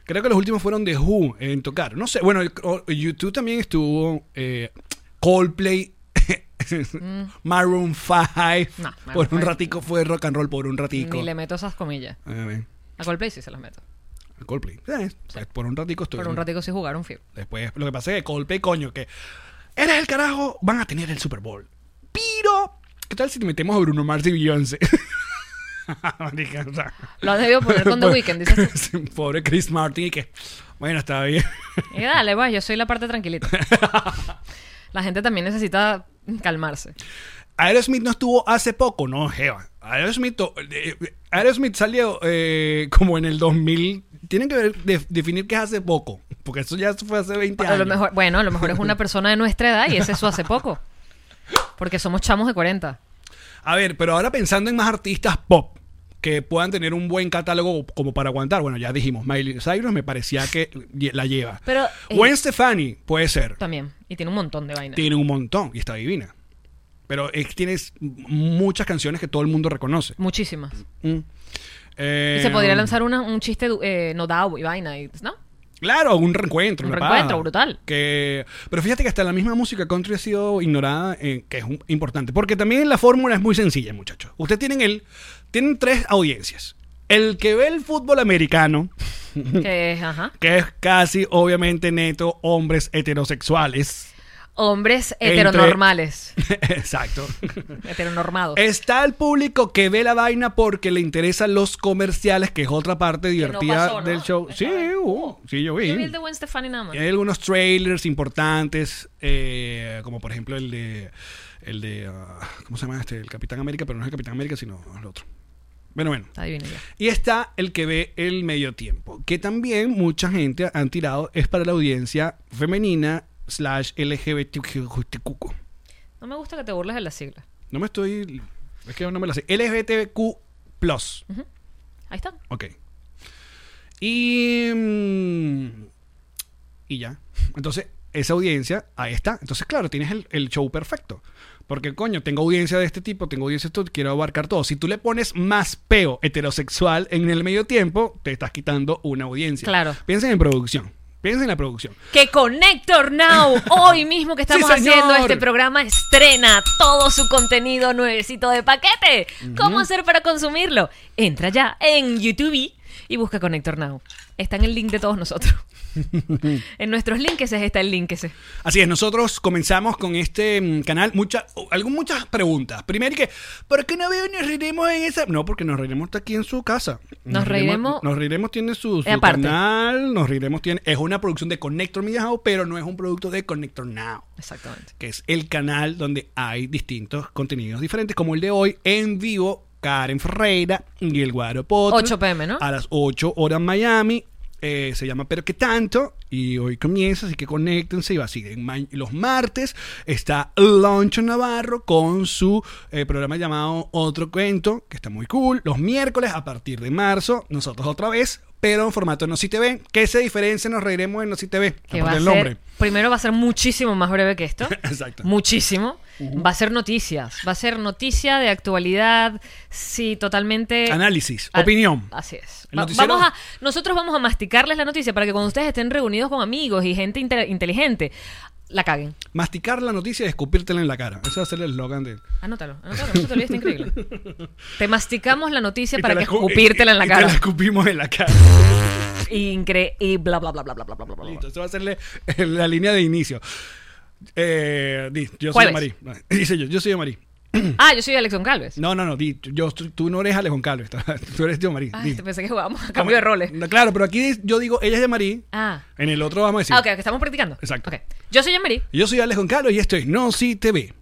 [SPEAKER 4] Creo que los últimos fueron de Who en tocar. No sé, bueno, el- o- YouTube también estuvo eh, Coldplay, Maroon 5.
[SPEAKER 3] No, Maroon
[SPEAKER 4] por
[SPEAKER 3] 5.
[SPEAKER 4] un ratico fue rock and roll, por un ratico.
[SPEAKER 3] Ni le meto esas comillas.
[SPEAKER 4] A ver,
[SPEAKER 3] A Coldplay sí se las meto.
[SPEAKER 4] Coldplay. Eh, Por un ratico estuve.
[SPEAKER 3] Por un ratico sí jugaron fío.
[SPEAKER 4] Después, lo que pasa es que Coldplay, coño, que eres el carajo, van a tener el Super Bowl. Pero, ¿qué tal si te metemos a Bruno Mars y Beyoncé? Marica, o sea,
[SPEAKER 3] Lo has debido poner
[SPEAKER 4] Pues
[SPEAKER 3] con The Weeknd, dices tú.
[SPEAKER 4] Sí, Pobre Chris Martin y que, bueno, está bien.
[SPEAKER 3] Y dale, pues, yo soy la parte tranquilita. La gente también necesita calmarse.
[SPEAKER 4] Aerosmith no estuvo hace poco, no, Jeva. Aerosmith, to- eh, Aerosmith salió eh, como en el 2000. Tienen que ver- de- definir qué es hace poco, porque eso ya fue hace 20
[SPEAKER 3] A
[SPEAKER 4] años.
[SPEAKER 3] lo mejor, bueno, a lo mejor es una persona de nuestra edad y ese es su hace poco. Porque somos chamos de 40.
[SPEAKER 4] A ver, pero ahora pensando en más artistas pop. que puedan tener un buen catálogo como para aguantar. Bueno, ya dijimos, Miley Cyrus me parecía que la lleva.
[SPEAKER 3] Pero, eh,
[SPEAKER 4] Gwen Stefani puede ser.
[SPEAKER 3] También. Y tiene un montón de vainas.
[SPEAKER 4] Tiene un montón y está divina. Pero es, tienes muchas canciones que todo el mundo reconoce. Mm.
[SPEAKER 3] Muchísimas.
[SPEAKER 4] Eh,
[SPEAKER 3] y se podría lanzar una- un chiste du- eh, no da y vaina, y, ¿no?
[SPEAKER 4] Claro, un reencuentro.
[SPEAKER 3] Un
[SPEAKER 4] una
[SPEAKER 3] reencuentro
[SPEAKER 4] paja.
[SPEAKER 3] brutal.
[SPEAKER 4] Que, pero fíjate que hasta la misma música country ha sido ignorada, eh, que es un- importante. Porque también la fórmula es muy sencilla, muchachos. Ustedes tienen el, tienen tres audiencias. El que ve el fútbol americano,
[SPEAKER 3] Que es, ajá.
[SPEAKER 4] que es casi obviamente neto hombres heterosexuales.
[SPEAKER 3] Hombres
[SPEAKER 4] Entre-
[SPEAKER 3] heteronormales.
[SPEAKER 4] Exacto.
[SPEAKER 3] heteronormados.
[SPEAKER 4] Está el público que ve la vaina porque le interesan los comerciales, que es otra parte
[SPEAKER 3] no
[SPEAKER 4] divertida
[SPEAKER 3] pasó, ¿no? oh,
[SPEAKER 4] del show. Sí, hubo. sí, yo vi.
[SPEAKER 3] Yo vi el de Gwen Stefani nada más.
[SPEAKER 4] Hay algunos trailers importantes, eh, como por ejemplo el de. El de ah, ¿Cómo se llama este? El Capitán América, pero no es el Capitán América, sino el otro. Bueno, bueno.
[SPEAKER 3] Está divino ya.
[SPEAKER 4] Y está el que ve el medio tiempo, que también mucha gente han tirado, es para la audiencia femenina slash LGBTQ.
[SPEAKER 3] No me gusta que te burles de la sigla.
[SPEAKER 4] No me estoy. Es que no me la sé. LGBTQ. Plus.
[SPEAKER 3] Ahí está.
[SPEAKER 4] Ok. Y. mm, Y ya. Entonces, esa audiencia, ahí está. Entonces, claro, tienes el, el show perfecto. Porque, coño, tengo audiencia de este tipo, tengo audiencia de esto, quiero abarcar todo. Si tú le pones más peo heterosexual en el medio tiempo, te estás quitando una audiencia.
[SPEAKER 3] Claro.
[SPEAKER 4] Piensen en producción. Piensen en la producción.
[SPEAKER 3] Que Connector Now, hoy mismo que estamos
[SPEAKER 4] ¡Sí, señor!
[SPEAKER 3] haciendo este programa, estrena todo su contenido nuevecito de paquete. ¿Cómo hacer para consumirlo? Entra ya en YouTube y busca Connector Now. Está en el link de todos nosotros. en nuestros links está el link ese.
[SPEAKER 4] Así es, nosotros comenzamos con este mm, canal. Mucha, algún, muchas preguntas. Primero, que, ¿por qué no veo y nos reiremos en esa? No, porque nos reiremos está aquí en su casa.
[SPEAKER 3] Nos reiremos-
[SPEAKER 4] Nos reiremos tiene su, su
[SPEAKER 3] Eh, aparte.
[SPEAKER 4] canal. Nos reiremos tiene. Es una producción de Connector Media House, pero no es un producto de Connector Now,
[SPEAKER 3] Exactamente.
[SPEAKER 4] que es el canal donde hay distintos contenidos diferentes, como el de hoy en vivo. Karen Ferreira y el Guaro Potter.
[SPEAKER 3] 8 pm, ¿no?
[SPEAKER 4] A las 8 horas Miami. eh, se llama Pero qué tanto. Y hoy comienza, así que conéctense y va a seguir. En ma- Los martes está Loncho Navarro con su eh, programa llamado Otro Cuento, que está muy cool. Los miércoles, a partir de marzo, nosotros otra vez, pero en formato No Si Te Ve. ¿Qué se diferencia? Nos reiremos en No Si Te Ve.
[SPEAKER 3] Que
[SPEAKER 4] Aparte
[SPEAKER 3] va a
[SPEAKER 4] del
[SPEAKER 3] ser-
[SPEAKER 4] nombre.
[SPEAKER 3] primero va a ser muchísimo más breve que esto.
[SPEAKER 4] Exacto.
[SPEAKER 3] Muchísimo. Va a ser noticias. Va a ser noticia de actualidad. Sí, totalmente.
[SPEAKER 4] Análisis,
[SPEAKER 3] eh, Al-
[SPEAKER 4] opinión.
[SPEAKER 3] Ah, Así es.
[SPEAKER 4] El
[SPEAKER 3] Va-
[SPEAKER 4] noticiero-
[SPEAKER 3] vamos a, nosotros vamos a masticarles la noticia para que cuando ustedes estén reunidos con amigos y gente inte- inteligente, la caguen.
[SPEAKER 4] Masticar la noticia y escupírtela en la cara. Ese va a ser el eslogan de.
[SPEAKER 3] Anótalo, anótalo. Eso te lo está increíble. te masticamos la noticia
[SPEAKER 4] Y te
[SPEAKER 3] para
[SPEAKER 4] la
[SPEAKER 3] que
[SPEAKER 4] escu-
[SPEAKER 3] escupírtela en la
[SPEAKER 4] y- y Te la
[SPEAKER 3] cara.
[SPEAKER 4] escupimos en la cara.
[SPEAKER 3] Increíble. Bla, bla, bla, bla, bla, bla, bla, bla.
[SPEAKER 4] Listo, eso va a ser le- la línea de inicio. Eh, di, yo soy
[SPEAKER 3] Jueves.
[SPEAKER 4] Marí. Dice yo, yo soy Marí. Mm.
[SPEAKER 3] Ah, yo soy Alexon Calves.
[SPEAKER 4] No, no, no, di, yo, tú, tú no eres Alejón Calves, tú eres yo Marí.
[SPEAKER 3] Ay,
[SPEAKER 4] di.
[SPEAKER 3] te Ah, pensé que jugábamos a este cambio de roles.
[SPEAKER 4] No, Claro, pero aquí yo digo, ella es de Marí.
[SPEAKER 3] Ah.
[SPEAKER 4] En el otro vamos a decir,
[SPEAKER 3] Ah, ok, que estamos practicando.
[SPEAKER 4] Exacto.
[SPEAKER 3] Ok. Yo soy Yamari.
[SPEAKER 4] yo soy Alejón Calves y esto es No Si Te Ve.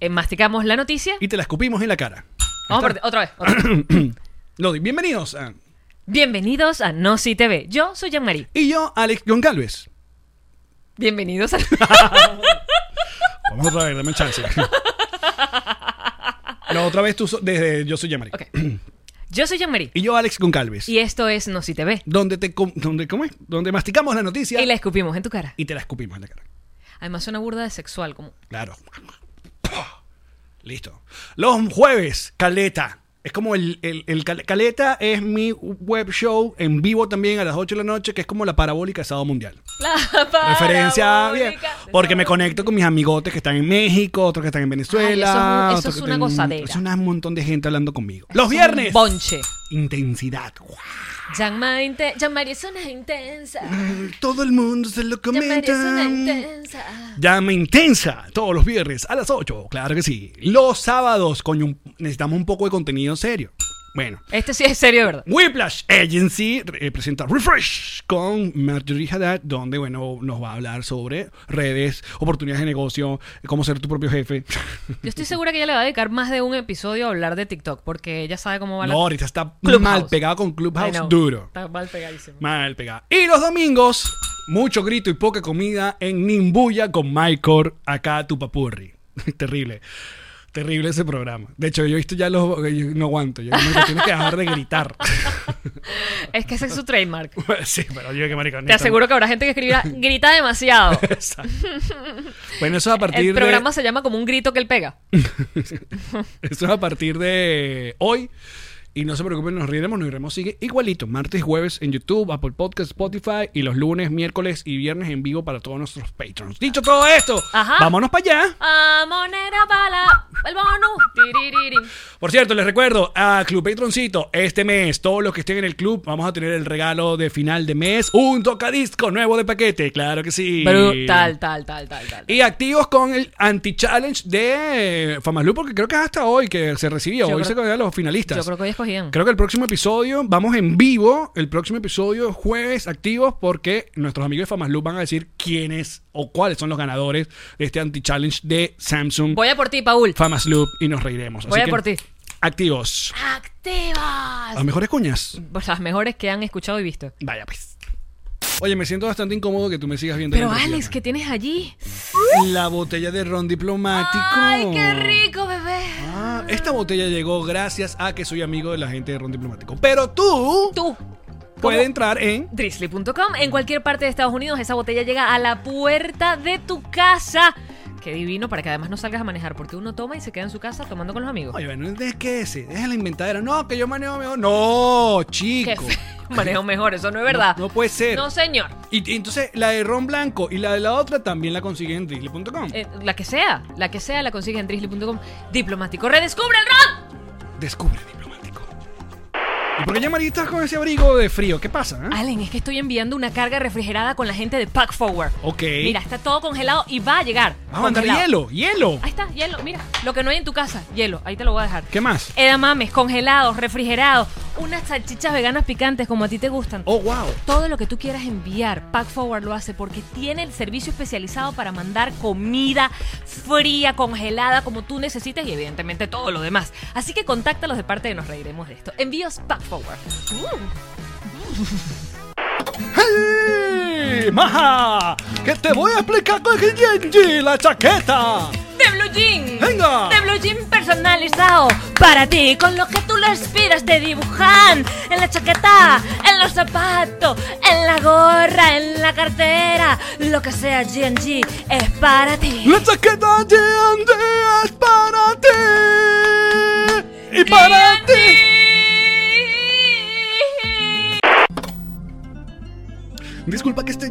[SPEAKER 3] Eh, masticamos la noticia.
[SPEAKER 4] Y te la escupimos en la cara.
[SPEAKER 3] Vamos a partir- otra vez. otra vez.
[SPEAKER 4] Lo di, bienvenidos. a-
[SPEAKER 3] Bienvenidos a No Si TV. Yo soy Jean-Marie.
[SPEAKER 4] y yo, Alex Goncalves.
[SPEAKER 3] Bienvenidos a.
[SPEAKER 4] Vamos otra vez, dame chance. La otra vez tú, so- desde yo soy Yamari.
[SPEAKER 3] Ok. Yo soy Jean-Marie.
[SPEAKER 4] Y yo, Alex Goncalves.
[SPEAKER 3] Y esto es No Si TV.
[SPEAKER 4] donde te com- donde, ¿cómo es? donde masticamos la noticia
[SPEAKER 3] Y la escupimos en tu cara.
[SPEAKER 4] y te la escupimos en la cara.
[SPEAKER 3] Además, suena burda de sexual. Como...
[SPEAKER 4] Claro. Listo. Los jueves, Caleta. Es como el, el- el Cal- Caleta es mi web show en vivo también a las 8 de la noche, que es como la parabólica de sábado mundial.
[SPEAKER 3] La
[SPEAKER 4] Referencia bien.
[SPEAKER 3] parabólica de
[SPEAKER 4] Porque me
[SPEAKER 3] todo.
[SPEAKER 4] conecto con mis amigotes que están en México, otros que están en Venezuela.
[SPEAKER 3] Ay, eso es un- eso
[SPEAKER 4] otros
[SPEAKER 3] es
[SPEAKER 4] que
[SPEAKER 3] una
[SPEAKER 4] están-
[SPEAKER 3] gozadera.
[SPEAKER 4] Es una- un montón de gente hablando conmigo. Los
[SPEAKER 3] Es un
[SPEAKER 4] viernes.
[SPEAKER 3] Bonche.
[SPEAKER 4] Intensidad.
[SPEAKER 3] Jean-Marie inte- Jean-Marie es una intensa.
[SPEAKER 4] Todo el mundo se lo
[SPEAKER 3] Jean-Marie
[SPEAKER 4] comenta.
[SPEAKER 3] es una intensa.
[SPEAKER 4] Llama intensa todos los viernes a las 8, claro que sí. Los sábados, coño, un- necesitamos un poco de contenido serio. Bueno,
[SPEAKER 3] Este sí es serio, de ¿verdad?
[SPEAKER 4] Whiplash Agency eh, presenta Refresh con Marjorie Haddad, donde, bueno, nos va a hablar sobre redes, oportunidades de negocio, cómo ser tu propio jefe.
[SPEAKER 3] Yo estoy segura que ella le va a dedicar más de un episodio a hablar de TikTok. Porque ella sabe cómo va
[SPEAKER 4] No,
[SPEAKER 3] la.
[SPEAKER 4] ahorita está
[SPEAKER 3] Clubhouse.
[SPEAKER 4] mal pegado con
[SPEAKER 3] I
[SPEAKER 4] Clubhouse
[SPEAKER 3] know.
[SPEAKER 4] duro.
[SPEAKER 3] Está mal pegadísimo.
[SPEAKER 4] Mal pegado. Y los domingos, mucho grito y poca comida en Nimbuya con Michael, acá tu papurri. Terrible. Terrible ese programa. De hecho, yo he visto ya los. yo no aguanto. Yo me tienes que dejar de gritar.
[SPEAKER 3] Es que ese es su trademark.
[SPEAKER 4] sí, pero yo qué maricón.
[SPEAKER 3] Te aseguro que habrá gente que escribirá, grita demasiado.
[SPEAKER 4] Exacto. Bueno, eso es a partir
[SPEAKER 3] El programa
[SPEAKER 4] de.
[SPEAKER 3] se llama como un grito que él pega.
[SPEAKER 4] Eso es a partir de hoy. Y no se preocupen, nos riremos, nos riremos. Sigue igualito. Martes y jueves en YouTube, Apple Podcast, Spotify. Y los lunes, miércoles y viernes en vivo para todos nuestros patrons. Dicho todo esto,
[SPEAKER 3] Ajá.
[SPEAKER 4] vámonos para allá.
[SPEAKER 3] Ah, moneda bala, el bonus. tiririririm.
[SPEAKER 4] Por cierto, les recuerdo a Club Patroncito este mes. Todos los que estén en el club, vamos a tener el regalo de final de mes. Un tocadisco nuevo de paquete. Claro que sí.
[SPEAKER 3] Brutal, tal, tal, tal, tal.
[SPEAKER 4] Y activos con el anti-challenge de Famaslu, porque creo que es hasta hoy que se recibió.
[SPEAKER 3] Yo
[SPEAKER 4] hoy
[SPEAKER 3] creo-
[SPEAKER 4] se conocen los finalistas.
[SPEAKER 3] Yo creo que hoy escogían.
[SPEAKER 4] Creo que el próximo episodio, vamos en vivo, el próximo episodio es jueves activos porque nuestros amigos de Famaslu van a decir quiénes o cuáles son los ganadores de este anti-challenge de Samsung
[SPEAKER 3] Voy a por ti, Paul.
[SPEAKER 4] Famasloop y nos reiremos.
[SPEAKER 3] Voy a por ti.
[SPEAKER 4] Activos.
[SPEAKER 3] ¡Activas!
[SPEAKER 4] Las mejores cuñas.
[SPEAKER 3] Pues las mejores que han escuchado y visto.
[SPEAKER 4] Vaya pues. Oye, me siento bastante incómodo que tú me sigas viendo.
[SPEAKER 3] Pero
[SPEAKER 4] la
[SPEAKER 3] Alex,
[SPEAKER 4] entrepierna.
[SPEAKER 3] ¿qué tienes allí?
[SPEAKER 4] La botella de ron diplomático.
[SPEAKER 3] ¡Ay, qué rico, bebé!
[SPEAKER 4] Ah, esta botella llegó gracias a que soy amigo de la gente de Ron Diplomático. Pero tú,
[SPEAKER 3] Tú,
[SPEAKER 4] puedes entrar en
[SPEAKER 3] drizzly.com, en cualquier parte de Estados Unidos, esa botella llega a la puerta de tu casa. Qué divino, para que además no salgas a manejar, porque uno toma y se queda en su casa tomando con los amigos.
[SPEAKER 4] Oye, bueno, ¿de qué ese? Deja la inventadera. No, que yo manejo mejor. No,
[SPEAKER 3] Qué
[SPEAKER 4] chico.
[SPEAKER 3] feo. Manejo mejor, eso no es verdad.
[SPEAKER 4] No, no puede ser.
[SPEAKER 3] No, señor.
[SPEAKER 4] Y, y entonces la de Ron Blanco y la de la otra también la consiguen en drizzly.com.
[SPEAKER 3] Eh, la que sea, la que sea, la consigue en drizzly.com. Diplomático, redescubre el rock.
[SPEAKER 4] Descubre Diplomático. ¿Y por qué ya María estás con ese abrigo de frío? ¿Qué pasa? eh?
[SPEAKER 3] Allen, es que estoy enviando una carga refrigerada con la gente de Pack Forward.
[SPEAKER 4] Ok.
[SPEAKER 3] Mira, está todo congelado y va a llegar.
[SPEAKER 4] Vamos a mandar
[SPEAKER 3] Congelado.
[SPEAKER 4] hielo, hielo.
[SPEAKER 3] Ahí está, hielo. Mira, lo que no hay en tu casa, hielo. Ahí te lo voy a dejar.
[SPEAKER 4] ¿Qué más?
[SPEAKER 3] Edamames, congelados, refrigerados, unas salchichas veganas picantes como a ti te gustan.
[SPEAKER 4] Oh, wow.
[SPEAKER 3] Todo lo que tú quieras enviar, Pack Forward lo hace porque tiene el servicio especializado para mandar comida fría, congelada, como tú necesites y evidentemente todo lo demás. Así que contáctalos de parte de Nos Reiremos de esto. Envíos Pack Forward. Mm.
[SPEAKER 4] ¡Hey! ¡Maja! ¡Que te voy a explicar con el Genji, la chaqueta!
[SPEAKER 3] de Blue Jean.
[SPEAKER 4] Venga.
[SPEAKER 3] De Blue Jean personalizado para ti, con lo que tú lo inspiras te dibujan en la chaqueta, en los zapatos, en la gorra, en la cartera, lo que sea G&G es para ti.
[SPEAKER 4] ¡La chaqueta Genji es para ti! ¡Y para ti!
[SPEAKER 3] G&G.
[SPEAKER 4] Disculpa que esté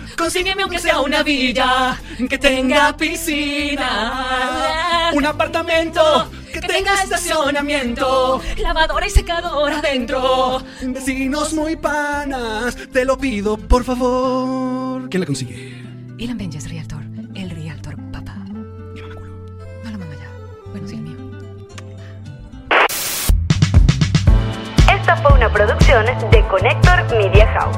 [SPEAKER 4] Consígueme aunque sea una villa que tenga piscina. Un apartamento que tenga estacionamiento.
[SPEAKER 3] lavadora y secadora adentro.
[SPEAKER 4] Vecinos muy panas, te lo pido por favor. ¿Quién la consigue?
[SPEAKER 3] Ilan Benji es Rialtor, el Rialtor papá. No lo mando ya. Bueno, sí, el mío.
[SPEAKER 1] Esta fue una producción de Connector Media House.